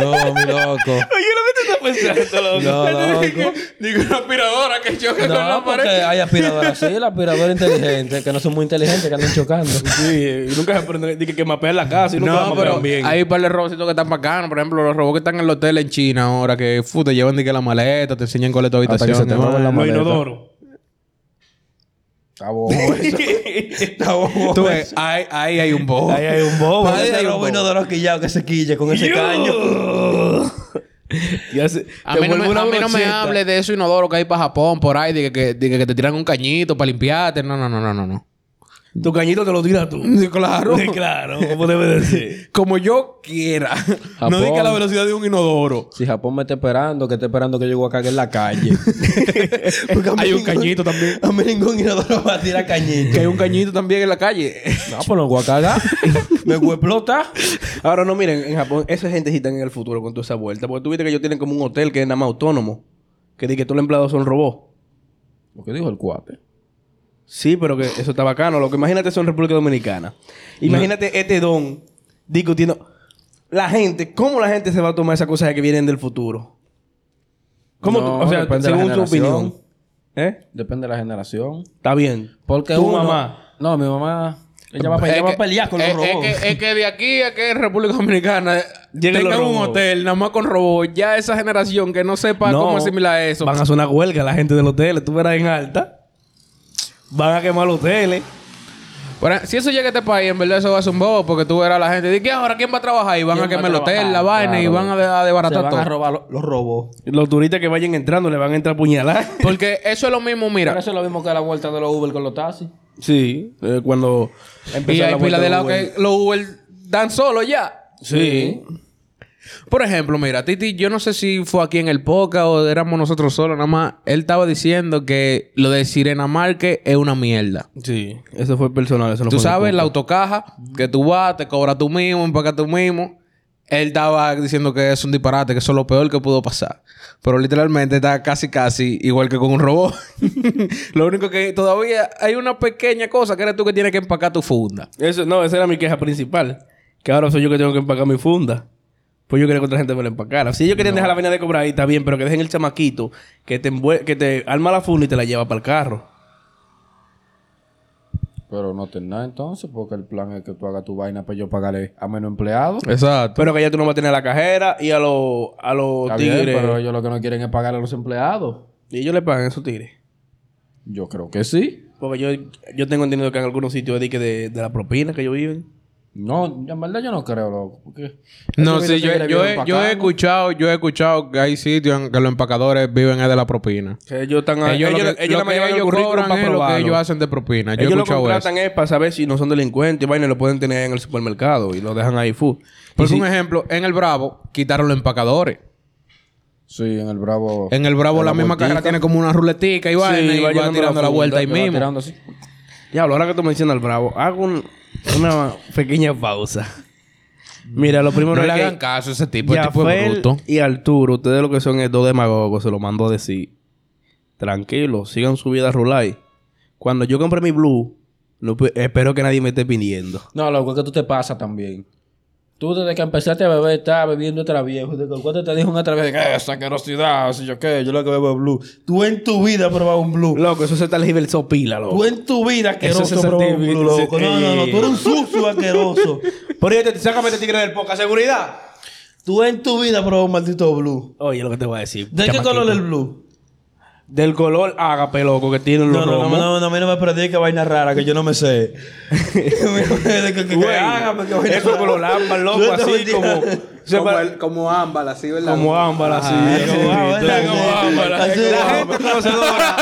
[SPEAKER 3] No, mi loco.
[SPEAKER 1] Oye, lo que te estás pensando, loco.
[SPEAKER 4] no, loco.
[SPEAKER 2] Digo una aspiradora que choque con
[SPEAKER 4] No,
[SPEAKER 2] la
[SPEAKER 4] porque
[SPEAKER 2] pared.
[SPEAKER 4] hay aspiradoras sí, la aspiradora inteligente, que no son muy inteligentes, que andan chocando.
[SPEAKER 1] Sí, y nunca se aprende. Dije que mapean la casa y nunca la
[SPEAKER 2] No,
[SPEAKER 1] mapean
[SPEAKER 2] pero
[SPEAKER 1] bien.
[SPEAKER 2] hay un par de robocitos que están bacanos. Por ejemplo, los robots que están en el hotel en China ahora, que fu, te llevan de que la maleta, te enseñan cuál es tu
[SPEAKER 3] que se
[SPEAKER 2] habitación.
[SPEAKER 3] te
[SPEAKER 2] hermano.
[SPEAKER 3] mueva la
[SPEAKER 1] Los
[SPEAKER 3] maleta.
[SPEAKER 1] inodoros.
[SPEAKER 4] Está bobo eso. Está bobo
[SPEAKER 2] Tú ves, ahí, ahí hay un bobo.
[SPEAKER 1] Pues, Ahí hay un bobo.
[SPEAKER 4] Para ese robino de los quillados que se quille con ese caño.
[SPEAKER 1] Ya se,
[SPEAKER 2] A
[SPEAKER 1] te
[SPEAKER 2] mí, no me,
[SPEAKER 1] vuelve una
[SPEAKER 2] a mí no me
[SPEAKER 1] brocheta.
[SPEAKER 2] hables de eso inodoro que hay para Japón, por ahí, de que, de que- que te tiran un cañito para limpiarte. No, no, no, no, no, no.
[SPEAKER 1] Tu cañito te lo tiras tú.
[SPEAKER 2] Sí, claro.
[SPEAKER 1] Sí, claro, como debe de ser.
[SPEAKER 2] Como yo quiera. No diga la velocidad de un inodoro.
[SPEAKER 3] Si Japón me está esperando, que está esperando que yo voy a cagar en la calle.
[SPEAKER 4] Porque a mí
[SPEAKER 2] Hay un
[SPEAKER 4] ningún-
[SPEAKER 2] cañito también.
[SPEAKER 4] A mí ningún inodoro va a tirar cañito.
[SPEAKER 2] Que hay un cañito también en la calle.
[SPEAKER 3] no, pues no voy a cagar.
[SPEAKER 4] Me voy a explotar.
[SPEAKER 1] Ahora no, miren, en Japón, esa gente sí están en el futuro con toda esa vuelta. Porque tú viste que ellos tienen como un hotel que es nada más autónomo. Que di que todos los empleados son robots.
[SPEAKER 3] Lo que dijo el cuate.
[SPEAKER 1] Sí, pero que eso está bacano. Lo que imagínate son República Dominicana. Imagínate este don discutiendo. La gente, ¿cómo la gente se va a tomar esas cosas que vienen del futuro? ¿Cómo
[SPEAKER 3] No,
[SPEAKER 1] tú- o sea,
[SPEAKER 3] depende de la
[SPEAKER 1] según tu
[SPEAKER 3] generación.
[SPEAKER 1] opinión. ¿Eh?
[SPEAKER 3] Depende de la generación.
[SPEAKER 1] Está bien.
[SPEAKER 3] Porque
[SPEAKER 1] tu
[SPEAKER 3] uno-
[SPEAKER 1] mamá.
[SPEAKER 3] No, mi mamá. Ella va, a pe-
[SPEAKER 2] Es
[SPEAKER 3] ella va
[SPEAKER 2] que-
[SPEAKER 3] a pelear con los
[SPEAKER 2] es-
[SPEAKER 3] robots.
[SPEAKER 2] Es que, es que de aquí a que República Dominicana
[SPEAKER 1] Lleguen
[SPEAKER 2] tengan
[SPEAKER 1] los
[SPEAKER 2] un
[SPEAKER 1] robots.
[SPEAKER 2] hotel nada más con robots, ya esa generación que no sepa
[SPEAKER 1] No,
[SPEAKER 2] cómo asimilar eso.
[SPEAKER 1] Van a hacer una huelga la gente del hotel. Tú verás en alta. Van a quemar los hoteles.
[SPEAKER 2] Ahora, si eso llega a este país, en verdad eso va a ser un bobo porque tú verás a la gente. ¿De qué ahora quién va a trabajar? Y van a
[SPEAKER 3] ¿Quién va
[SPEAKER 2] quemar el
[SPEAKER 3] a
[SPEAKER 2] hotel,
[SPEAKER 3] trabajar?
[SPEAKER 2] la vaina y
[SPEAKER 3] Claro.
[SPEAKER 2] van a, de- a
[SPEAKER 3] Se
[SPEAKER 2] desbaratar
[SPEAKER 3] van
[SPEAKER 2] todo.
[SPEAKER 3] a robar lo- los robots.
[SPEAKER 1] Los turistas que vayan entrando le van a entrar a puñalar.
[SPEAKER 2] Porque eso es lo mismo,
[SPEAKER 3] Pero
[SPEAKER 2] mira.
[SPEAKER 3] eso es lo mismo que la vuelta de los Uber con los taxis.
[SPEAKER 1] Sí. eh, cuando
[SPEAKER 2] Y
[SPEAKER 1] empieza
[SPEAKER 2] hay
[SPEAKER 1] la
[SPEAKER 2] pila
[SPEAKER 1] vuelta
[SPEAKER 2] de
[SPEAKER 1] del
[SPEAKER 2] lado
[SPEAKER 1] Uber.
[SPEAKER 2] que los Uber dan solo ya.
[SPEAKER 1] Sí.
[SPEAKER 2] Por ejemplo, mira, Titi, yo no sé si fue aquí en el podcast o éramos nosotros solos, nada más. Él estaba diciendo que lo de Sirena Marque es una mierda.
[SPEAKER 1] Sí. Eso fue personal. Eso no
[SPEAKER 2] Tú
[SPEAKER 1] fue de
[SPEAKER 2] sabes,
[SPEAKER 1] culpa.
[SPEAKER 2] la autocaja, que tú vas, te cobras tú mismo, empacas tú mismo. Él estaba diciendo que es un disparate, que eso es lo peor que pudo pasar. Pero literalmente está casi, casi igual que con un robot. lo único que todavía hay una pequeña cosa que eres tú que tienes que empacar tu funda.
[SPEAKER 1] Eso, no, esa era mi queja principal. Que ahora soy yo que tengo que empacar mi funda. Pues yo quería que otra gente me la empacara. Si ellos querían dejar la vaina de cobrar ahí, está bien, pero que dejen el chamaquito que te, envue- que te arma la funda y te la lleva para el carro.
[SPEAKER 3] Pero no ten nada entonces, porque el plan es que tú hagas tu vaina para yo pagarle a menos empleados.
[SPEAKER 2] Exacto.
[SPEAKER 1] Pero que ya tú no vas a tener a la cajera y a los a los
[SPEAKER 3] Está bien,
[SPEAKER 1] tigres.
[SPEAKER 3] pero ellos lo que no quieren es pagarle a los empleados.
[SPEAKER 1] Y ellos le pagan esos tigres.
[SPEAKER 3] Yo creo que sí.
[SPEAKER 1] Porque yo, yo tengo entendido que en algunos sitios es de, que de, de la propina que ellos viven.
[SPEAKER 3] No, en verdad yo no creo, loco. porque-
[SPEAKER 2] No,
[SPEAKER 3] Esos
[SPEAKER 2] sí, yo,
[SPEAKER 3] tigres viven
[SPEAKER 2] yo, he,
[SPEAKER 3] pa'
[SPEAKER 2] yo
[SPEAKER 3] acá,
[SPEAKER 2] he
[SPEAKER 3] ¿no?
[SPEAKER 2] escuchado, yo he escuchado que hay sitios en que los empacadores viven es de la propina.
[SPEAKER 1] Que ellos están a-
[SPEAKER 2] Ellos, lo que,
[SPEAKER 1] Ah, ellos
[SPEAKER 2] lo
[SPEAKER 1] la
[SPEAKER 2] que
[SPEAKER 1] mayoría
[SPEAKER 2] ellos
[SPEAKER 1] currículum
[SPEAKER 2] cobran
[SPEAKER 1] para
[SPEAKER 2] es lo que
[SPEAKER 1] probarlo.
[SPEAKER 2] ellos hacen de propina. Yo he
[SPEAKER 1] ellos lo
[SPEAKER 2] escuchado eso.
[SPEAKER 1] contratan es para saber si no son delincuentes y vaina y lo pueden tener en el supermercado y lo dejan ahí full.
[SPEAKER 2] Por un ejemplo, en el Bravo quitaron los empacadores.
[SPEAKER 3] Sí, en el Bravo.
[SPEAKER 2] En el Bravo
[SPEAKER 3] En
[SPEAKER 2] la,
[SPEAKER 3] la
[SPEAKER 2] misma
[SPEAKER 3] vueltica.
[SPEAKER 2] carrera tiene como una ruletica y vaina y
[SPEAKER 1] va
[SPEAKER 2] va
[SPEAKER 1] llenando la
[SPEAKER 2] tirando
[SPEAKER 1] funda,
[SPEAKER 2] la, vuelta ahí
[SPEAKER 3] Te va
[SPEAKER 2] mismo.
[SPEAKER 3] tirando así.
[SPEAKER 1] Diablo, ahora que tú mencionas al Bravo, hago un- una pequeña pausa. Mira, lo primero
[SPEAKER 2] No
[SPEAKER 1] es
[SPEAKER 2] le
[SPEAKER 1] que
[SPEAKER 2] hagan caso a ese
[SPEAKER 3] pues,
[SPEAKER 2] tipo, ese tipo es
[SPEAKER 1] Yafel
[SPEAKER 2] bruto.
[SPEAKER 1] y Arturo, ustedes lo que son es dos demagogos, se lo mando a decir. Tranquilo, sigan su vida rulay. Cuando yo compré mi Blue, no pu- espero que nadie me esté pidiendo.
[SPEAKER 3] No, loco, es que tú te pasas también. Tú desde que empezaste a beber, estás bebiendo otra vieja. Desde que el cuate te dijo una otra vez, que esa asquerosidad, así yo qué, yo lo que bebo es blue. Tú en tu vida has probado un blue.
[SPEAKER 1] Loco, eso se talgiversó pila, loco.
[SPEAKER 3] Tú en tu vida asqueroso
[SPEAKER 1] Eso se
[SPEAKER 3] has probado un
[SPEAKER 1] sentí-
[SPEAKER 3] blue, loco. No, no, no,
[SPEAKER 1] sí.
[SPEAKER 3] tú eres un sucio asqueroso.
[SPEAKER 1] Por ahí te sácame este tigre del poca seguridad.
[SPEAKER 3] Tú en tu vida has probado un maldito blue.
[SPEAKER 1] Oye, lo que te voy a decir.
[SPEAKER 3] ¿De qué
[SPEAKER 1] chamaquito.
[SPEAKER 3] color es el blue?
[SPEAKER 1] Del color ágape, loco, que tienen los
[SPEAKER 3] No, no, no,
[SPEAKER 1] romos.
[SPEAKER 3] no, no, a mí no me predica vaina rara, que yo no me sé. que, que, que, que,
[SPEAKER 1] Güey,
[SPEAKER 3] hágame, que vaina
[SPEAKER 1] eso
[SPEAKER 3] rara.
[SPEAKER 1] color ámbar,
[SPEAKER 3] Yo
[SPEAKER 1] loco,
[SPEAKER 3] te
[SPEAKER 1] así
[SPEAKER 3] bendiga.
[SPEAKER 1] como... se pa-
[SPEAKER 2] ámbar, así, ¿verdad?
[SPEAKER 1] Como ámbar, así.
[SPEAKER 3] Ah,
[SPEAKER 1] Sí,
[SPEAKER 3] como ámbar,
[SPEAKER 1] sí,
[SPEAKER 3] ¿verdad?
[SPEAKER 1] como ámbar, así.
[SPEAKER 3] Así
[SPEAKER 1] La
[SPEAKER 3] como
[SPEAKER 1] gente conocedora.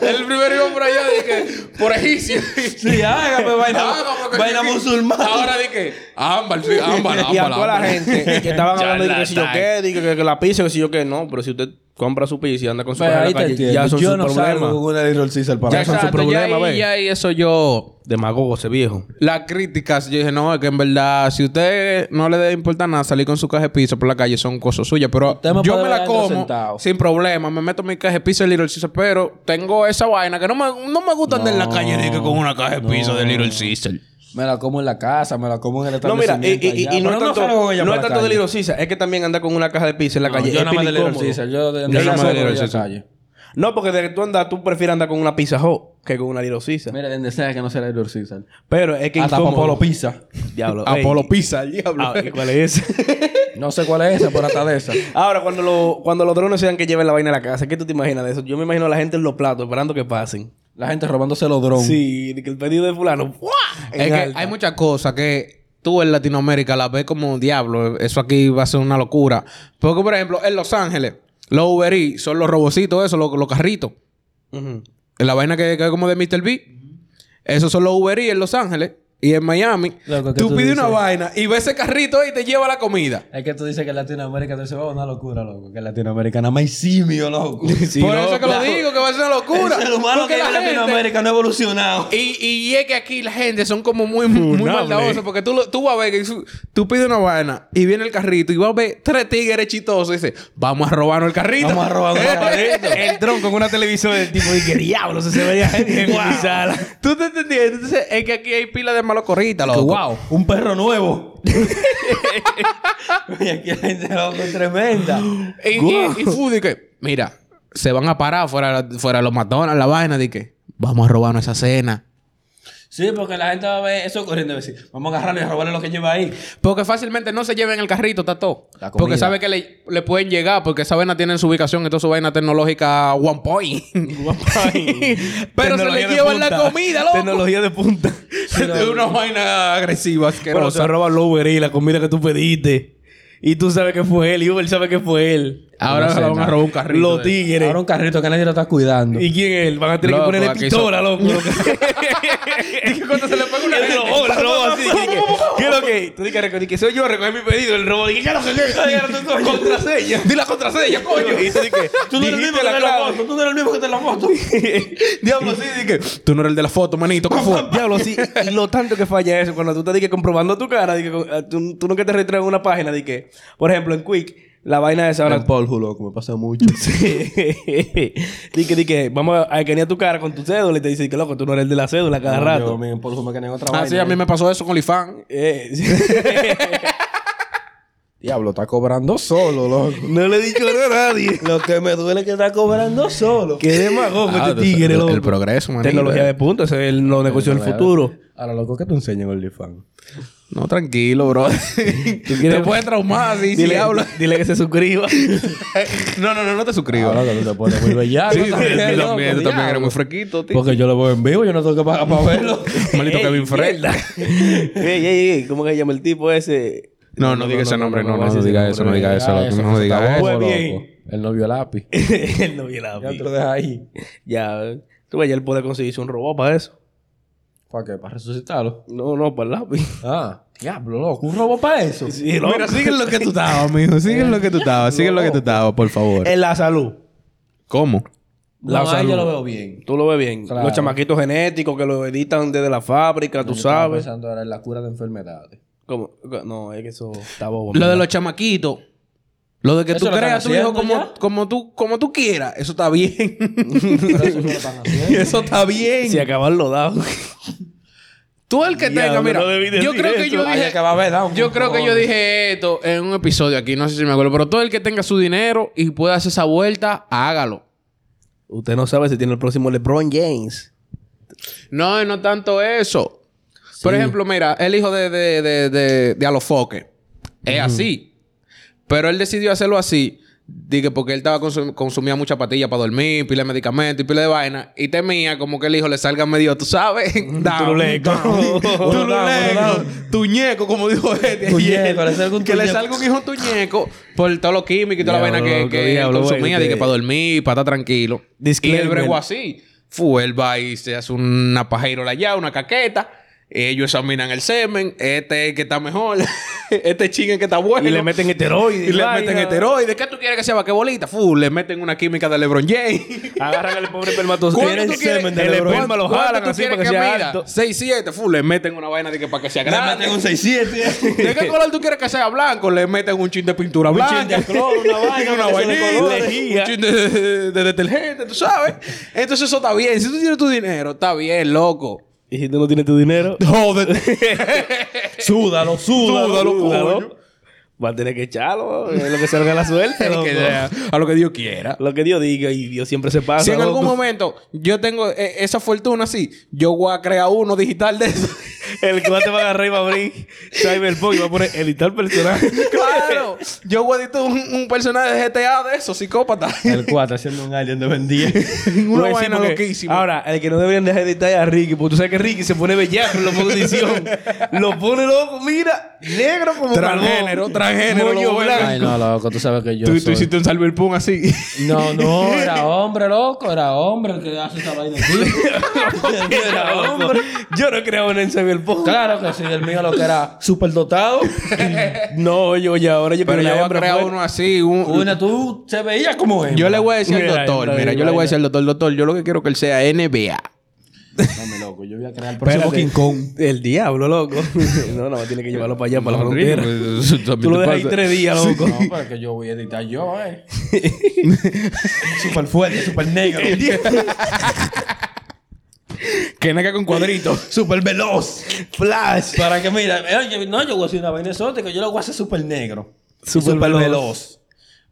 [SPEAKER 2] El primero iba por allá dije, por egipcio.
[SPEAKER 3] Sí, hágame
[SPEAKER 1] pues,
[SPEAKER 3] vaina,
[SPEAKER 2] Ah,
[SPEAKER 3] vaina musulmana.
[SPEAKER 2] dije, ámbar, sí, ámbar,
[SPEAKER 1] y a toda la gente eh, que estaban hablando de que
[SPEAKER 2] Charlatán.
[SPEAKER 1] si yo qué, de que, que- que la pizza, que si yo qué, no, pero si usted compra su pizza y anda con su
[SPEAKER 3] Pero
[SPEAKER 1] pareja
[SPEAKER 3] ahí
[SPEAKER 1] en la
[SPEAKER 3] te
[SPEAKER 1] calle,
[SPEAKER 3] entiendo.
[SPEAKER 1] ya son
[SPEAKER 3] yo
[SPEAKER 1] sus
[SPEAKER 3] no salgo
[SPEAKER 1] problemas.
[SPEAKER 3] con una Little Caesar para
[SPEAKER 2] Ya
[SPEAKER 3] eso.
[SPEAKER 1] son su
[SPEAKER 2] exacto,
[SPEAKER 1] problema,
[SPEAKER 2] ya,
[SPEAKER 1] ve.
[SPEAKER 2] ahí- ya ahí eso yo...
[SPEAKER 1] Demagogo ese viejo.
[SPEAKER 2] Las críticas, yo dije, no, es que en verdad, si usted no le debe importar nada, salir con su caja de pizza por la calle son cosas suyas, pero
[SPEAKER 3] Usted me
[SPEAKER 2] yo
[SPEAKER 3] puede
[SPEAKER 2] me la
[SPEAKER 3] ver
[SPEAKER 2] como
[SPEAKER 3] sentado.
[SPEAKER 2] sin problema, me meto en mi caja de pizza de Little Caesar, pero tengo esa vaina que no me, no me gusta andar en la calle dije, con una caja de pizza de Little Caesar.
[SPEAKER 3] Me la como en la casa, me la como en el
[SPEAKER 1] No,
[SPEAKER 3] establecimiento.
[SPEAKER 1] mira, y, y- y-
[SPEAKER 3] allá.
[SPEAKER 1] y no es
[SPEAKER 3] Pero
[SPEAKER 1] tanto,
[SPEAKER 3] salgo con ella
[SPEAKER 1] no
[SPEAKER 3] para
[SPEAKER 1] es
[SPEAKER 3] la
[SPEAKER 1] tanto de
[SPEAKER 3] calle.
[SPEAKER 1] Little Caesar, es que también anda con una caja de pizza en la
[SPEAKER 3] No,
[SPEAKER 1] calle.
[SPEAKER 3] Yo
[SPEAKER 1] es
[SPEAKER 3] no me de
[SPEAKER 1] pila
[SPEAKER 3] Little
[SPEAKER 1] incómodo.
[SPEAKER 3] Caesar. Yo de
[SPEAKER 2] Yo nada más de Little
[SPEAKER 3] la
[SPEAKER 2] Caesar.
[SPEAKER 3] calle.
[SPEAKER 1] No, porque desde que tú andas, tú prefieres andar con una pizza hot que con una Little Caesar.
[SPEAKER 3] Mira, donde sea que no sea Little Caesar.
[SPEAKER 1] Pero es que
[SPEAKER 3] Hasta
[SPEAKER 1] incómodo.
[SPEAKER 3] Popolo Pizza.
[SPEAKER 1] Diablo. ey.
[SPEAKER 2] Apolo Pizza, el diablo.
[SPEAKER 1] Ah, ¿Cuál es ese?
[SPEAKER 3] No sé cuál es esa, pero hasta de esa.
[SPEAKER 1] Ahora, cuando, lo- cuando los drones sean que lleven la vaina a la casa, ¿qué tú te imaginas de eso? Yo me imagino a la gente en los platos esperando que pasen.
[SPEAKER 3] La gente robándose los drones.
[SPEAKER 1] Sí, de que el pedido de fulano. ¡fua!
[SPEAKER 2] Es
[SPEAKER 1] En
[SPEAKER 2] que
[SPEAKER 1] alta.
[SPEAKER 2] hay muchas cosas que tú en Latinoamérica las ves como diablo. Eso aquí va a ser una locura. Porque, por ejemplo, en Los Ángeles, los Uber Eats son los robocitos, esos, los, los carritos.
[SPEAKER 1] Ujú.
[SPEAKER 2] La vaina que, que es como de Mr. B. Esos son los Uber Eats en Los Ángeles y en Miami.
[SPEAKER 3] Loco, ¿qué
[SPEAKER 2] tú,
[SPEAKER 3] tú
[SPEAKER 2] pides
[SPEAKER 3] dices?
[SPEAKER 2] una vaina y ves ese carrito y te lleva la comida.
[SPEAKER 3] Es que tú dices que en Latinoamérica te se va una locura, loco. Que en Latinoamérica nada más hay simio, loco.
[SPEAKER 1] Sí,
[SPEAKER 2] por
[SPEAKER 1] no,
[SPEAKER 2] eso es que
[SPEAKER 1] claro.
[SPEAKER 2] lo digo, que va a ser una locura.
[SPEAKER 3] El ser humano
[SPEAKER 2] Porque
[SPEAKER 3] que vive en
[SPEAKER 2] la gente-
[SPEAKER 3] Latinoamérica no ha evolucionado.
[SPEAKER 2] Y, y es que aquí la gente son como muy, muy
[SPEAKER 1] Funable.
[SPEAKER 2] maldadosos. Porque tú, lo- tú vas a ver que su- tú pides una vaina y viene el carrito y vas a ver tres tigres chistosos y dices, vamos a robarnos el carrito.
[SPEAKER 3] Vamos a robarnos el carrito.
[SPEAKER 1] El dron con una televisora del tipo de que diablo, se vería gente en mi sala.
[SPEAKER 2] ¿Tú te entendías? Entonces es que aquí hay pila de malocorritas, loco.
[SPEAKER 3] ¡Wow! Un perro nuevo. y aquí la gente loco es tremenda.
[SPEAKER 2] Y, y, y fu, di que, mira, se van a parar fuera, de la- fuera de los McDonald's, la vaina, de que, vamos a robarnos esa cena.
[SPEAKER 3] Sí, porque la gente va a ver eso corriendo y va a decir, vamos a agarrarlo y robarle lo que lleva ahí.
[SPEAKER 2] Porque fácilmente no se lleven el carrito, está todo.
[SPEAKER 3] La comida.
[SPEAKER 2] Porque sabe que le, le pueden llegar, porque esa vaina tiene su ubicación, entonces su vaina tecnológica one point. Pero se le
[SPEAKER 1] Tecnología de
[SPEAKER 2] llevan la
[SPEAKER 1] punta.
[SPEAKER 2] comida, loco.
[SPEAKER 1] Tecnología de punta.
[SPEAKER 2] Es una vaina agresiva,
[SPEAKER 1] Pero se
[SPEAKER 2] asquerosa.
[SPEAKER 1] roba el Uber y la comida que tú pediste. Y tú sabes que fue él, y Uber sabe que fue él.
[SPEAKER 2] Ahora se le van a robar un carrito.
[SPEAKER 1] Los
[SPEAKER 2] de-
[SPEAKER 1] tigres.
[SPEAKER 3] Ahora un carrito que nadie lo está cuidando.
[SPEAKER 1] ¿Y quién es él? Van a tener
[SPEAKER 2] Loco,
[SPEAKER 1] que ponerle
[SPEAKER 2] aquí
[SPEAKER 1] pistola, loco.
[SPEAKER 2] Dije, cuando se le pega una
[SPEAKER 1] El robo, oh, el robo así. que- que- ¿Qué es lo que? Tú dices que- que soy yo, recogí mi pedido, el robo. Dije, ya lo sé, ya lo sé, con contraseña.
[SPEAKER 2] Di la contraseña, coño.
[SPEAKER 1] Y dice de que,
[SPEAKER 3] Tú no eres el mismo
[SPEAKER 1] dijiste
[SPEAKER 3] que
[SPEAKER 1] la
[SPEAKER 3] te la
[SPEAKER 1] clave.
[SPEAKER 3] moto. Tú no eres el mismo que te la moto.
[SPEAKER 2] Diablo, sí, dije. Tú no eres el de la foto, manito. ¿Qué fue?
[SPEAKER 1] Diablo, sí. Y lo tanto que falla eso, cuando tú estás di que, comprobando tu cara, di que, con- ah, tú, tú nunca te registras en una página, di que, por ejemplo, en Quick, la vaina de esa ahora.
[SPEAKER 3] polvo, loco. Me pasa mucho.
[SPEAKER 1] di que, di que, vamos a escanear tu cara con tu cédula y te dice que, loco, tú no eres el de la cédula cada
[SPEAKER 3] Yo,
[SPEAKER 1] rato.
[SPEAKER 3] mi
[SPEAKER 2] Ah,
[SPEAKER 3] polvo me quedé en otra
[SPEAKER 2] Así a mí me pasó eso con Lifan.
[SPEAKER 1] Eh, sí.
[SPEAKER 3] Diablo, está cobrando solo, loco.
[SPEAKER 1] No le he dicho nada a nadie.
[SPEAKER 3] Lo que me duele es que está cobrando solo.
[SPEAKER 1] Qué demagogo
[SPEAKER 2] Ah,
[SPEAKER 1] este
[SPEAKER 2] tú sabes,
[SPEAKER 1] tigre,
[SPEAKER 2] el-
[SPEAKER 1] loco.
[SPEAKER 2] el progreso, manito,
[SPEAKER 1] Tecnología
[SPEAKER 2] eh.
[SPEAKER 1] de punta, ese es el- los negocios del futuro.
[SPEAKER 3] Ahora, loco, ¿qué te enseña en OnlyFans?
[SPEAKER 2] No, tranquilo, bro. Te puedes traumar si, si
[SPEAKER 1] Dile,
[SPEAKER 2] hablas.
[SPEAKER 1] dile que se suscriba.
[SPEAKER 2] No, no, no, no te
[SPEAKER 1] Ah,
[SPEAKER 2] suscribas.
[SPEAKER 3] Ahora que tú te pones muy bellaco.
[SPEAKER 2] Sí, sí,
[SPEAKER 3] también,
[SPEAKER 2] sí, también, tú
[SPEAKER 3] loco,
[SPEAKER 2] también eres
[SPEAKER 3] diablo.
[SPEAKER 2] muy fresquito, tío. Ah,
[SPEAKER 3] Porque yo lo veo en vivo, yo no tengo que pagar para verlo.
[SPEAKER 2] Maldito
[SPEAKER 1] Ey,
[SPEAKER 2] Kevin Fred.
[SPEAKER 1] mierda. ey, ey, ey, ¿cómo que se llama el tipo ese?
[SPEAKER 2] No, no diga ese nombre, no, no,
[SPEAKER 1] ese
[SPEAKER 2] no diga eso, no diga eso,
[SPEAKER 3] Ah,
[SPEAKER 2] loco, no
[SPEAKER 3] se está
[SPEAKER 2] diga eh.
[SPEAKER 1] Pues
[SPEAKER 2] eso.
[SPEAKER 3] bobo,
[SPEAKER 1] bien.
[SPEAKER 3] loco. El novio lápiz.
[SPEAKER 1] Él no vio la
[SPEAKER 3] Ya te
[SPEAKER 1] vida.
[SPEAKER 3] lo dejas ahí.
[SPEAKER 1] Ya, tú ves, ya él puede conseguirse un robot para eso.
[SPEAKER 3] ¿Para qué? ¿Para resucitarlo?
[SPEAKER 1] No, no, para el lápiz.
[SPEAKER 3] Ah, diablo, loco. ¿Un robo para eso?
[SPEAKER 1] Sí, loco.
[SPEAKER 2] Mira, sigue en lo que tú estabas, mijo, sigue en lo que tú estabas, sigue en lo que tú estabas, por favor.
[SPEAKER 1] En la salud.
[SPEAKER 2] ¿Cómo?
[SPEAKER 1] La
[SPEAKER 3] no, ahí
[SPEAKER 1] salud.
[SPEAKER 3] yo lo veo bien.
[SPEAKER 1] Tú lo ves bien.
[SPEAKER 3] Claro.
[SPEAKER 1] Los chamaquitos genéticos que lo editan desde la fábrica, tú
[SPEAKER 3] Yo estaba
[SPEAKER 1] sabes.
[SPEAKER 3] pensando ahora en la cura de enfermedades.
[SPEAKER 1] ¿Cómo? No, es que eso está bobo.
[SPEAKER 2] Lo
[SPEAKER 1] mira.
[SPEAKER 2] de los chamaquitos. Lo de que
[SPEAKER 3] ¿Eso
[SPEAKER 2] tú
[SPEAKER 3] lo están
[SPEAKER 2] creas a tu hijo
[SPEAKER 3] haciendo
[SPEAKER 2] como,
[SPEAKER 3] ya?
[SPEAKER 2] como, tú, como tú quieras. Eso está bien.
[SPEAKER 3] Pero eso no lo están haciendo.
[SPEAKER 2] eso está bien.
[SPEAKER 1] Si acaban los dados.
[SPEAKER 2] Tú el que
[SPEAKER 1] Diablo,
[SPEAKER 2] tenga, mira.
[SPEAKER 1] no debí
[SPEAKER 2] yo
[SPEAKER 1] decir
[SPEAKER 2] creo que
[SPEAKER 1] eso.
[SPEAKER 2] yo
[SPEAKER 3] Ay,
[SPEAKER 2] dije...
[SPEAKER 3] es que va a haber down,
[SPEAKER 2] Yo
[SPEAKER 3] por
[SPEAKER 2] creo que
[SPEAKER 3] favor.
[SPEAKER 2] yo dije esto en un episodio aquí, no sé si me acuerdo, pero todo el que tenga su dinero y pueda hacer esa vuelta, hágalo.
[SPEAKER 1] Usted no sabe si tiene el próximo LeBron James.
[SPEAKER 2] No, y no tanto eso. Por ejemplo, mira, el hijo de, de, de, de, de Alofoque es así. Pero él decidió hacerlo así. Dije, porque él estaba consum- consumía mucha patilla para dormir, pila de medicamentos y pila de vaina. Y temía como que el hijo le salga medio, tú sabes, down,
[SPEAKER 1] Turuleco.
[SPEAKER 2] down,
[SPEAKER 1] Uno
[SPEAKER 2] turuleco,
[SPEAKER 3] down, uno
[SPEAKER 2] tuñeco, como dijo este. ayer.
[SPEAKER 3] Tuñeco, le salga un
[SPEAKER 2] que le
[SPEAKER 3] tuñeco.
[SPEAKER 2] salga un hijo tuñeco por todos los químicos y toda la
[SPEAKER 1] Diablo,
[SPEAKER 2] vaina que,
[SPEAKER 1] loco,
[SPEAKER 2] que él
[SPEAKER 1] diablo, bueno,
[SPEAKER 2] consumía.
[SPEAKER 1] usted-
[SPEAKER 2] Dije, para dormir y para estar tranquilo. Y
[SPEAKER 1] Disclaimer.
[SPEAKER 2] el bregó así. Fu, él va y se hace una pajerola allá, una caqueta. Ellos examinan el semen. Este es el que está mejor. este chingue que está bueno.
[SPEAKER 1] Y le meten esteroides.
[SPEAKER 2] Y le
[SPEAKER 1] vaina.
[SPEAKER 2] meten esteroides. ¿Qué tú quieres que sea vaquebolita? Fu, le meten una química de LeBron James.
[SPEAKER 1] Agarran al pobre espermatozoide.
[SPEAKER 2] ¿Cuánto tú
[SPEAKER 1] el
[SPEAKER 2] quieres?
[SPEAKER 1] semen de LeBron.
[SPEAKER 2] ¿Cuánto-
[SPEAKER 1] lo
[SPEAKER 2] cuánto
[SPEAKER 1] jalan
[SPEAKER 2] tú
[SPEAKER 1] así
[SPEAKER 2] quieres
[SPEAKER 1] para que
[SPEAKER 2] que
[SPEAKER 1] sea
[SPEAKER 2] mida?
[SPEAKER 1] alto.
[SPEAKER 2] 6, 7. Fu, le meten una vaina de que para que sea
[SPEAKER 3] Le
[SPEAKER 2] grande.
[SPEAKER 3] meten un 6-7.
[SPEAKER 2] ¿De qué color tú quieres que sea blanco? Le meten un chin de pintura blanca.
[SPEAKER 3] chin de cloro, una vaina,
[SPEAKER 2] una
[SPEAKER 3] que son de
[SPEAKER 2] vainita,
[SPEAKER 3] colores.
[SPEAKER 2] un chin de, de- de detergente, tú sabes. Entonces eso está bien. Si tú tienes tu dinero, está bien, loco.
[SPEAKER 1] Y si tú no tienes tu dinero,
[SPEAKER 2] Jódete.
[SPEAKER 3] Súdalo, súdalo.
[SPEAKER 2] Súdalo,
[SPEAKER 1] dúdalo.
[SPEAKER 2] coño.
[SPEAKER 1] va a tener que echarlo. Es lo que salga la suerte.
[SPEAKER 2] El
[SPEAKER 1] loco.
[SPEAKER 2] que sea, a lo que Dios quiera.
[SPEAKER 1] Lo que Dios diga y Dios siempre se pasa.
[SPEAKER 2] Si en algún
[SPEAKER 1] loco.
[SPEAKER 2] momento yo tengo eh, esa fortuna así, yo voy a crear uno digital de eso.
[SPEAKER 1] El cuate va a agarrar y va a abrir Cyberpunk y va a poner editar personaje.
[SPEAKER 2] claro. Yo voy a editar un, un personaje de GTA de eso, psicópata.
[SPEAKER 3] El 4 haciendo un alien de Ben 10.
[SPEAKER 2] Una
[SPEAKER 1] Voy a decir
[SPEAKER 2] vaina
[SPEAKER 1] porque-
[SPEAKER 2] loquísima.
[SPEAKER 1] Ahora, el que no deberían dejar de editar es a Ricky, porque tú sabes que Ricky se pone bellaco en la posición. lo pone loco, mira, negro como
[SPEAKER 2] Transgénero,
[SPEAKER 1] carbón.
[SPEAKER 2] transgénero,
[SPEAKER 1] Moño
[SPEAKER 2] lo bueno.
[SPEAKER 1] blanco.
[SPEAKER 3] Ay, no, loco, tú sabes que yo.
[SPEAKER 2] Tú, tú
[SPEAKER 3] soy-
[SPEAKER 2] hiciste un cyberpunk así.
[SPEAKER 3] No, no, era hombre, loco, era hombre el que hace esa vaina aquí. era hombre.
[SPEAKER 1] Yo no creo en el Cyberpunk.
[SPEAKER 3] Claro que sí, el mío lo que era súper dotado.
[SPEAKER 1] No, yo ya ahora yo
[SPEAKER 2] Pero
[SPEAKER 1] creo
[SPEAKER 2] yo
[SPEAKER 1] en
[SPEAKER 2] voy
[SPEAKER 1] la
[SPEAKER 2] a
[SPEAKER 1] hembra
[SPEAKER 2] crear
[SPEAKER 1] fuerte.
[SPEAKER 2] uno así. un-
[SPEAKER 3] Una, tú se veías como él.
[SPEAKER 2] Yo le voy a decir
[SPEAKER 1] Mira,
[SPEAKER 2] al doctor,
[SPEAKER 1] hembra
[SPEAKER 2] mira,
[SPEAKER 1] y
[SPEAKER 2] yo le voy
[SPEAKER 1] vaina.
[SPEAKER 2] a decir al doctor, doctor, yo lo que quiero que él sea NBA.
[SPEAKER 3] No, mi loco, yo voy a crear el próximo
[SPEAKER 1] Espérate.
[SPEAKER 3] King Kong.
[SPEAKER 1] El diablo, loco. no, no, tiene que llevarlo para allá, para la
[SPEAKER 2] No,
[SPEAKER 1] frontera.
[SPEAKER 2] Ricky, pues, eso
[SPEAKER 1] Tú lo
[SPEAKER 2] también
[SPEAKER 1] dejas ahí
[SPEAKER 2] te pasa.
[SPEAKER 1] tres días, loco.
[SPEAKER 3] No, pero que yo voy a editar yo, eh. súper fuerte, súper negro.
[SPEAKER 2] Que naca con cuadritos.
[SPEAKER 3] Súper veloz.
[SPEAKER 1] Flash.
[SPEAKER 3] Para que mira, eh, yo- no, yo voy a hacer una vaina exótica, yo lo voy a hacer súper negro.
[SPEAKER 1] Súper
[SPEAKER 3] Súper
[SPEAKER 1] veloz.
[SPEAKER 3] veloz.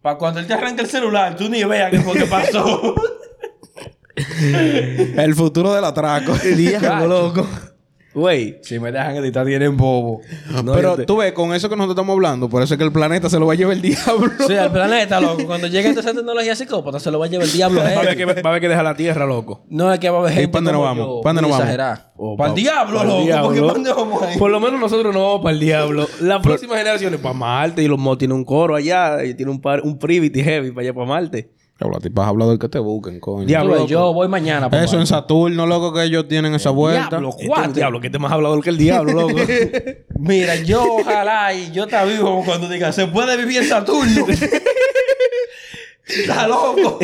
[SPEAKER 3] Para cuando él te arranque el celular, tú ni veas qué fue que pasó.
[SPEAKER 2] El futuro del atraco.
[SPEAKER 1] El diablo, loco. Güey.
[SPEAKER 3] si me dejan editar, tienen bobo.
[SPEAKER 1] No, yo
[SPEAKER 2] Pero
[SPEAKER 1] te-
[SPEAKER 2] tú ves, con eso que nosotros estamos hablando, por eso es que el planeta se lo va a llevar el diablo.
[SPEAKER 3] Sí, al planeta, loco. Cuando llegue toda esa tecnología psicópata, se lo va a llevar el diablo a
[SPEAKER 1] Va a haber
[SPEAKER 3] él.
[SPEAKER 1] que, va a haber que dejar la tierra, loco.
[SPEAKER 3] No es que va a haber gente.
[SPEAKER 2] pa' dónde nos
[SPEAKER 3] como
[SPEAKER 2] vamos?
[SPEAKER 3] yo,
[SPEAKER 2] ¿Pa' dónde
[SPEAKER 3] muy
[SPEAKER 2] nos vamos?
[SPEAKER 3] exagerada.
[SPEAKER 1] Oh,
[SPEAKER 3] Pa'l
[SPEAKER 1] pa-
[SPEAKER 3] diablo,
[SPEAKER 1] pa'l
[SPEAKER 3] loco. Porque
[SPEAKER 1] diablo.
[SPEAKER 3] ¿pa' dónde vamos a ir?
[SPEAKER 1] Por lo menos nosotros no vamos para el diablo. La próxima generación es para Marte y los monos tienen un coro allá y tiene un par, un privity heavy para allá para Marte.
[SPEAKER 2] Diablo, te vas a hablar del que te busquen, coño.
[SPEAKER 1] Diablo,
[SPEAKER 3] Tú ves,
[SPEAKER 1] loco.
[SPEAKER 3] yo voy mañana. papá.
[SPEAKER 2] Eso en Saturno, loco, que ellos tienen esa vuelta.
[SPEAKER 3] Diablo,
[SPEAKER 1] Este es un
[SPEAKER 3] cuatro.
[SPEAKER 1] diablo, que te más hablador que el diablo, loco.
[SPEAKER 3] Mira, yo ojalá y yo te vivo como cuando diga, se puede vivir en Saturno. Está loco.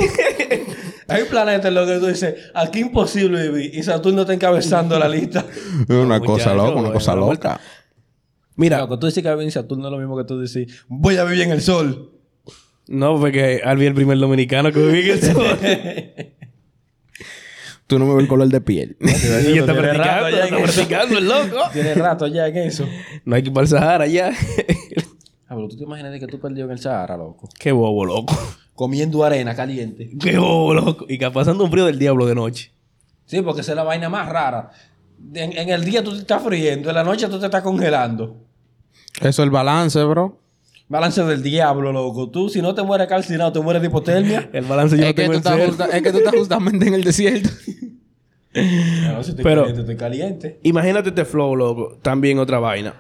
[SPEAKER 3] Hay planetas en los que tú dices, aquí imposible vivir y Saturno está encabezando la lista.
[SPEAKER 2] Es una
[SPEAKER 1] No, muchacho,
[SPEAKER 2] cosa loca, una
[SPEAKER 1] es
[SPEAKER 2] cosa
[SPEAKER 1] una
[SPEAKER 2] loca.
[SPEAKER 3] Mira, loco, tú dices que vivir en Saturno es lo mismo que tú dices, voy a vivir en el sol.
[SPEAKER 1] no, porque Albi es el primer dominicano que viví en el sol.
[SPEAKER 2] Tú no me ves el color de piel.
[SPEAKER 1] y está
[SPEAKER 3] Tiene rato
[SPEAKER 1] practicando,
[SPEAKER 3] ya en
[SPEAKER 1] está
[SPEAKER 3] eso.
[SPEAKER 1] practicando el loco.
[SPEAKER 3] Tiene rato ya en eso.
[SPEAKER 1] No hay que ir para el Sahara ya.
[SPEAKER 5] Ah, pero tú te imaginas de que tú perdió en el Sahara, loco.
[SPEAKER 1] Qué bobo, loco.
[SPEAKER 3] Comiendo arena caliente.
[SPEAKER 1] Qué bobo, loco. Y que pasando un frío del diablo de noche.
[SPEAKER 3] Sí, porque esa es la vaina más rara. En, en el día tú te estás friendo, en la noche tú te estás congelando.
[SPEAKER 2] Eso es el balance, bro.
[SPEAKER 3] Balance del diablo, loco. Tú, si no te mueres calcinado, te mueres de hipotermia.
[SPEAKER 1] El balance yo
[SPEAKER 2] Es
[SPEAKER 1] lo
[SPEAKER 2] que,
[SPEAKER 1] tengo
[SPEAKER 2] tú
[SPEAKER 1] en
[SPEAKER 2] estás
[SPEAKER 1] cero.
[SPEAKER 2] justa- es que tú estás justamente en el desierto.
[SPEAKER 3] No, si estoy
[SPEAKER 1] Pero-
[SPEAKER 3] caliente, estoy caliente.
[SPEAKER 1] Imagínate este flow, loco. También otra vaina.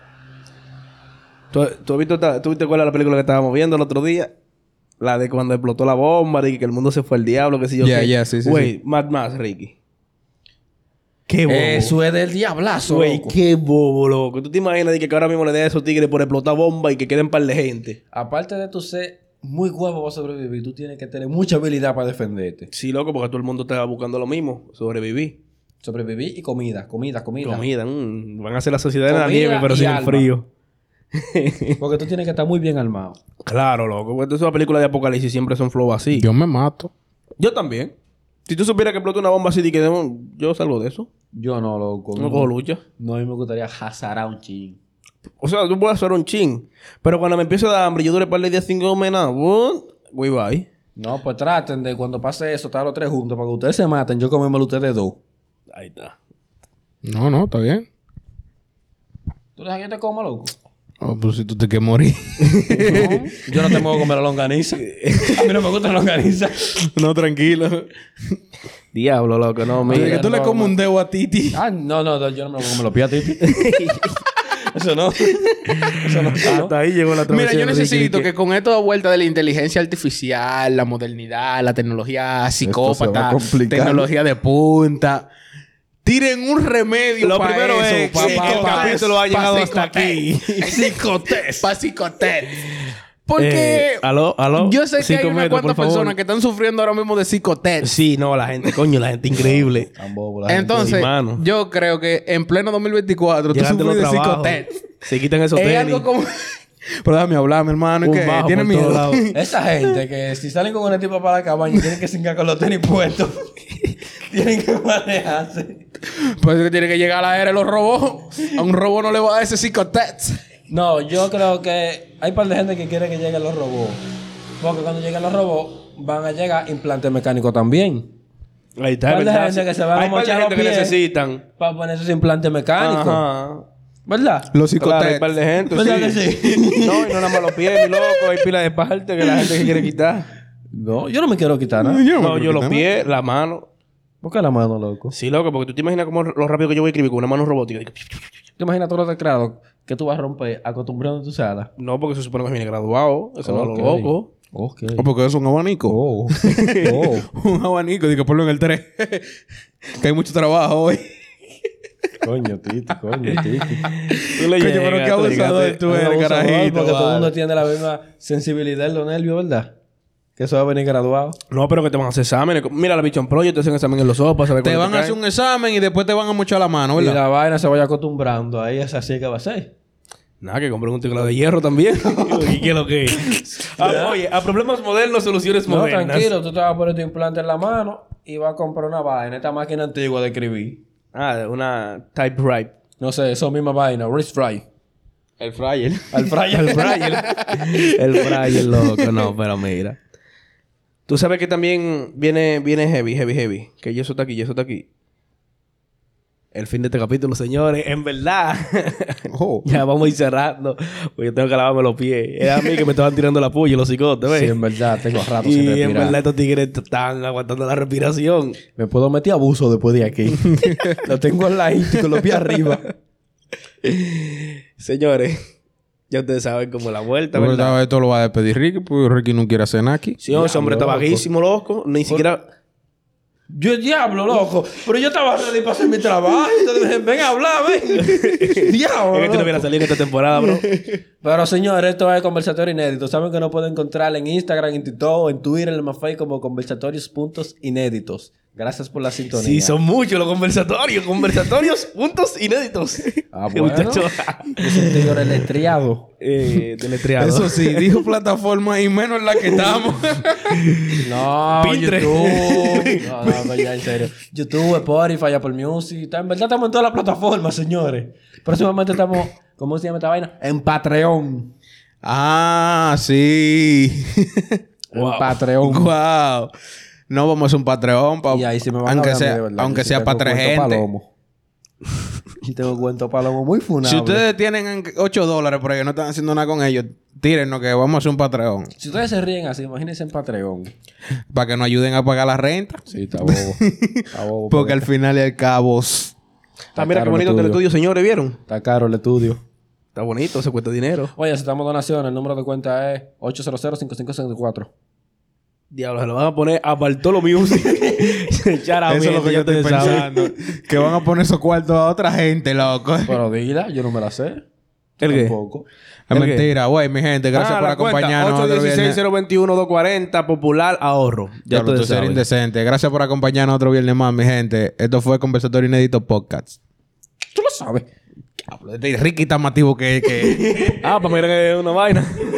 [SPEAKER 1] ¿Tú, tú has visto esta- tú te acuerdas de la película que estábamos viendo el otro día? La de cuando explotó la bomba y que el mundo se fue al diablo, qué sé yo
[SPEAKER 2] Ya,
[SPEAKER 1] qué.
[SPEAKER 2] ya, sí, sí,
[SPEAKER 1] Güey, Mad Max, Ricky. Qué bobo.
[SPEAKER 3] Eso es del diablazo,
[SPEAKER 1] Güey,
[SPEAKER 3] loco.
[SPEAKER 1] qué bobo, loco. ¿Tú te imaginas de que ahora mismo le den a esos tigres por explotar bomba y que queden par de gente?
[SPEAKER 3] Aparte de tu ser muy guapo para sobrevivir, tú tienes que tener mucha habilidad para defenderte.
[SPEAKER 1] Sí, loco, porque todo el mundo está buscando lo mismo. Sobrevivir.
[SPEAKER 3] Sobrevivir y comida, comida, comida.
[SPEAKER 1] Comida. mm, Van a hacer la sociedad de la
[SPEAKER 3] Comida
[SPEAKER 1] nieve, pero
[SPEAKER 3] y
[SPEAKER 1] sin el
[SPEAKER 3] alma.
[SPEAKER 1] frío.
[SPEAKER 3] Porque tú tienes que estar muy bien armado.
[SPEAKER 1] Claro, loco. Porque todas esas películas de apocalipsis siempre son flow así.
[SPEAKER 2] Yo me mato.
[SPEAKER 1] Yo también. Si tú supieras que explota una bomba así y que demo- yo salgo de eso.
[SPEAKER 3] Yo no, loco.
[SPEAKER 1] No cojo lucha.
[SPEAKER 3] No, a mí me gustaría jazarar un chin.
[SPEAKER 1] O sea, tú puedes hacer un chin. Pero cuando me empiezo a dar hambre, yo dure par de días sin comer nada. What? Güey, bye.
[SPEAKER 3] No, pues traten de cuando pase eso, estar los tres juntos para que ustedes se maten. Yo comérmelo ustedes dos.
[SPEAKER 1] Ahí está.
[SPEAKER 2] No, no, está bien.
[SPEAKER 3] ¿Tú dejas que yo te coma, loco?
[SPEAKER 2] Oh, pues si tú te quieres morir.
[SPEAKER 3] Yo no te puedo comer la longaniza. A mí no me gusta la longaniza.
[SPEAKER 2] no, tranquilo.
[SPEAKER 1] Diablo, loco. No,
[SPEAKER 2] Desde
[SPEAKER 1] mira.
[SPEAKER 2] que tú le comes un dedo a Titi.
[SPEAKER 3] Ah, no, no, no, yo no me lo como, me lo pido a ti. Eso no. Eso no. no.
[SPEAKER 1] Hasta ahí llegó la
[SPEAKER 2] Mira,
[SPEAKER 1] travesía
[SPEAKER 2] yo
[SPEAKER 1] de Ricky
[SPEAKER 2] necesito
[SPEAKER 1] Ricky.
[SPEAKER 2] que con esto vuelta de la inteligencia artificial, la modernidad, la tecnología
[SPEAKER 3] va
[SPEAKER 2] psicópata,
[SPEAKER 3] complicando.
[SPEAKER 2] tecnología de punta, tiren un remedio
[SPEAKER 1] Lo
[SPEAKER 2] pa'
[SPEAKER 1] primero
[SPEAKER 2] eso,
[SPEAKER 1] es
[SPEAKER 2] pa-
[SPEAKER 1] que
[SPEAKER 2] pa-
[SPEAKER 1] el
[SPEAKER 2] pa-
[SPEAKER 1] capítulo ha
[SPEAKER 2] pa-
[SPEAKER 1] llegado hasta
[SPEAKER 2] psicotest.
[SPEAKER 1] aquí.
[SPEAKER 2] Psicotest. Pa' psicotest. Porque
[SPEAKER 1] Eh, aló, aló.
[SPEAKER 2] yo sé que hay
[SPEAKER 1] Cinco
[SPEAKER 2] unas
[SPEAKER 1] metros,
[SPEAKER 2] cuantas
[SPEAKER 1] por favor.
[SPEAKER 2] personas que están sufriendo ahora mismo de psicotest.
[SPEAKER 1] Sí, no, la gente, coño, la gente increíble.
[SPEAKER 3] Tan bobo la gente.
[SPEAKER 2] Entonces,
[SPEAKER 1] mano.
[SPEAKER 2] yo creo que en pleno 2024 tú
[SPEAKER 1] Llegando
[SPEAKER 2] sufres
[SPEAKER 1] los
[SPEAKER 2] de
[SPEAKER 1] trabajos.
[SPEAKER 2] psicotest.
[SPEAKER 1] Se quitan esos
[SPEAKER 2] Es
[SPEAKER 1] tenis.
[SPEAKER 2] algo como... Pero déjame hablar, mi hermano,
[SPEAKER 1] Un
[SPEAKER 2] que
[SPEAKER 1] bajo
[SPEAKER 2] tiene
[SPEAKER 1] por todos
[SPEAKER 2] miedo.
[SPEAKER 1] lados.
[SPEAKER 3] Esa gente que si salen con una tipa para la cabaña tienen que cingar con los tenis puestos. tienen que manejarse.
[SPEAKER 2] Pues es que tiene que llegar a la era de los robots. A un robo no le va a dar ese psicotest.
[SPEAKER 3] No, yo creo que hay un par de gente que quiere que lleguen los robots. Porque cuando lleguen los robots, van a llegar implantes mecánicos también.
[SPEAKER 1] Ahí está, es
[SPEAKER 3] Hay par de
[SPEAKER 1] verdad.
[SPEAKER 3] gente que se van a
[SPEAKER 1] Hay par de
[SPEAKER 3] mochar los
[SPEAKER 1] gente que
[SPEAKER 3] pies.
[SPEAKER 1] necesitan.
[SPEAKER 3] Para poner esos implantes mecánicos.
[SPEAKER 1] Ajá.
[SPEAKER 3] ¿Verdad?
[SPEAKER 2] Los
[SPEAKER 1] Claro,
[SPEAKER 2] psicotest.
[SPEAKER 1] hay par de gente,
[SPEAKER 2] Pues
[SPEAKER 3] ¿Verdad
[SPEAKER 1] sí.
[SPEAKER 3] que sí?
[SPEAKER 1] No, y no nada más los pies, mi loco. Hay pila de parte que la gente se quiere quitar.
[SPEAKER 3] No, yo no me quiero quitar nada.
[SPEAKER 2] Yo no me
[SPEAKER 1] No,
[SPEAKER 2] quiero
[SPEAKER 1] yo los
[SPEAKER 2] quitar
[SPEAKER 1] pies, la mano.
[SPEAKER 3] ¿Por qué la mano, loco?
[SPEAKER 1] Sí, loco, porque tú te imaginas cómo lo rápido que yo voy a escribir con una mano robótica.
[SPEAKER 3] ¿Te imaginas todos los teclados que tú vas a romper acostumbrando en tu sala?
[SPEAKER 1] No, porque se supone que viene graduado. Eso no es lo
[SPEAKER 3] Ok.
[SPEAKER 1] loco.
[SPEAKER 3] Ok.
[SPEAKER 2] Oh, porque es un abanico.
[SPEAKER 3] Oh.
[SPEAKER 2] un abanico. Digo, ponlo en el 3. que hay mucho trabajo hoy.
[SPEAKER 3] coño, Titi, coño, Titi.
[SPEAKER 1] Tú le
[SPEAKER 2] Coño, pero
[SPEAKER 1] llegas,
[SPEAKER 2] qué
[SPEAKER 1] tú
[SPEAKER 2] abusador
[SPEAKER 1] llegaste.
[SPEAKER 2] tú
[SPEAKER 3] Es
[SPEAKER 2] eres,
[SPEAKER 3] abusador,
[SPEAKER 2] carajito.
[SPEAKER 3] Porque todo el
[SPEAKER 2] vale.
[SPEAKER 3] mundo tiene la misma sensibilidad en los nervios, ¿verdad? Que eso va a venir graduado.
[SPEAKER 1] No, pero que te van a hacer exámenes. Mira, la Bichon Project te hacen examen en los ojos para saber
[SPEAKER 2] Te
[SPEAKER 1] cuándo
[SPEAKER 2] van a hacer
[SPEAKER 1] caen.
[SPEAKER 2] un examen y después te van a mochar la mano,
[SPEAKER 3] Y
[SPEAKER 2] ¿verdad?
[SPEAKER 3] la vaina se vaya acostumbrando ahí, es así que va a ser.
[SPEAKER 1] Nada, que compren un teclado de hierro también. ¿Y qué es lo que es? Ah, oye, a problemas modernos, soluciones
[SPEAKER 3] No,
[SPEAKER 1] modernas.
[SPEAKER 3] tranquilo, tú te vas a poner tu implante en la mano y vas a comprar una vaina, esta máquina antigua de escribir.
[SPEAKER 1] Ah, una typewriter.
[SPEAKER 3] No sé, eso misma vaina, wrist fry.
[SPEAKER 1] El fryer.
[SPEAKER 3] Al fry, al fry.
[SPEAKER 1] El Brian, loco. No, pero mira. Tú sabes que también viene, viene heavy, heavy, heavy. Que eso está aquí, eso está aquí. El fin de este capítulo, señores. En verdad.
[SPEAKER 2] Oh.
[SPEAKER 1] ya vamos a ir cerrando. Porque yo tengo que lavarme los pies. Era a mí que me estaban tirando la puya y los psicotes, ¿ves?
[SPEAKER 3] Sí, en verdad, tengo rato sin
[SPEAKER 1] y en
[SPEAKER 3] respirar.
[SPEAKER 1] verdad estos tigres están aguantando la respiración.
[SPEAKER 3] Me puedo meter abuso después de aquí. Lo tengo en la inti con los pies arriba.
[SPEAKER 1] Señores, ya ustedes saben cómo la vuelta,
[SPEAKER 2] Pero
[SPEAKER 1] ¿verdad?
[SPEAKER 2] esta vez esto lo va a despedir Ricky, porque Ricky no quiere hacer nada aquí.
[SPEAKER 1] Sí, ese hombre está
[SPEAKER 3] loco.
[SPEAKER 1] bajísimo, loco. Ni siquiera...
[SPEAKER 3] Yo, diablo, loco. Pero yo estaba ready para hacer mi trabajo. Entonces me dije, ven a hablar, ven. diablo.
[SPEAKER 1] Es que tú no
[SPEAKER 3] loco.
[SPEAKER 1] hubieras salido en esta temporada, bro.
[SPEAKER 3] Pero señores, esto es conversatorio inédito. Saben que nos pueden encontrar en Instagram, en TikTok, en Twitter, en Mafay como conversatorios puntos inéditos. Gracias por la sintonía.
[SPEAKER 1] Sí, son muchos los conversatorios. Conversatorios, puntos inéditos.
[SPEAKER 3] Ah,
[SPEAKER 1] Qué
[SPEAKER 3] bueno.
[SPEAKER 1] muchacho.
[SPEAKER 3] Yo soy un tigre letriado.
[SPEAKER 1] eh, deletreado.
[SPEAKER 2] Eso sí, dijo plataforma y menos en la que estamos.
[SPEAKER 3] No,
[SPEAKER 1] Pinterest.
[SPEAKER 3] YouTube. No, no, no, ya en serio. YouTube, Spotify, Apple Music. está- En verdad estamos en todas las plataformas, señores. Próximamente estamos, ¿cómo se llama esta vaina? En Patreon.
[SPEAKER 2] Ah, sí.
[SPEAKER 3] Un Patreon.
[SPEAKER 2] Oh, wow. No vamos a hacer un Patreon, pa-
[SPEAKER 4] Y ahí sí me van a hablar
[SPEAKER 2] aunque
[SPEAKER 4] a mí,
[SPEAKER 2] sea,
[SPEAKER 4] de verdad.
[SPEAKER 2] aunque
[SPEAKER 4] Yo sí
[SPEAKER 2] sea
[SPEAKER 4] tengo
[SPEAKER 2] para tres
[SPEAKER 4] cuento
[SPEAKER 2] gente.
[SPEAKER 4] palomo. Yo tengo cuento palomo muy funable.
[SPEAKER 2] Si ustedes tienen 8 dólares por ahí, no están haciendo nada con ellos, tírennos que vamos a hacer un Patreon.
[SPEAKER 4] Si ustedes se ríen así, imagínense en Patreon.
[SPEAKER 2] Para que nos ayuden a pagar la renta.
[SPEAKER 3] Sí, está bobo. Está bobo.
[SPEAKER 2] Porque al final y al cabo.
[SPEAKER 1] Ah, mira qué
[SPEAKER 3] caro el
[SPEAKER 1] bonito está el
[SPEAKER 3] estudio.
[SPEAKER 1] estudio, señores, ¿vieron?
[SPEAKER 3] Está caro el estudio.
[SPEAKER 1] Está bonito, se cuesta dinero.
[SPEAKER 3] Oye, aceptamos donaciones. El número de cuenta es 800-5564.
[SPEAKER 1] Diablo, se lo van a poner a Bartolo Music. Chara,
[SPEAKER 2] Eso es
[SPEAKER 1] mierda,
[SPEAKER 2] lo que yo
[SPEAKER 1] ya
[SPEAKER 2] estoy
[SPEAKER 1] ustedes saben.
[SPEAKER 2] pensando. que van a poner esos cuartos a otra gente, loco.
[SPEAKER 3] Pero dila, yo no me la sé.
[SPEAKER 1] ¿El qué?
[SPEAKER 3] Tampoco.
[SPEAKER 2] Es
[SPEAKER 1] ¿El qué?
[SPEAKER 2] mentira, güey, mi gente. Gracias
[SPEAKER 1] Ah,
[SPEAKER 2] por
[SPEAKER 1] la cuenta,
[SPEAKER 2] acompañarnos. otro viernes.
[SPEAKER 1] 816-021-240, popular, ahorro. Ya
[SPEAKER 2] Diablo,
[SPEAKER 1] ustedes
[SPEAKER 2] tú eres
[SPEAKER 1] saben.
[SPEAKER 2] indecente. Gracias por acompañarnos otro viernes más, mi gente. Esto fue Conversatorio Inédito Podcast.
[SPEAKER 3] Tú lo sabes.
[SPEAKER 2] Diablo, este Ricky está más activo que- que...
[SPEAKER 1] Ah, para mirar que es una vaina.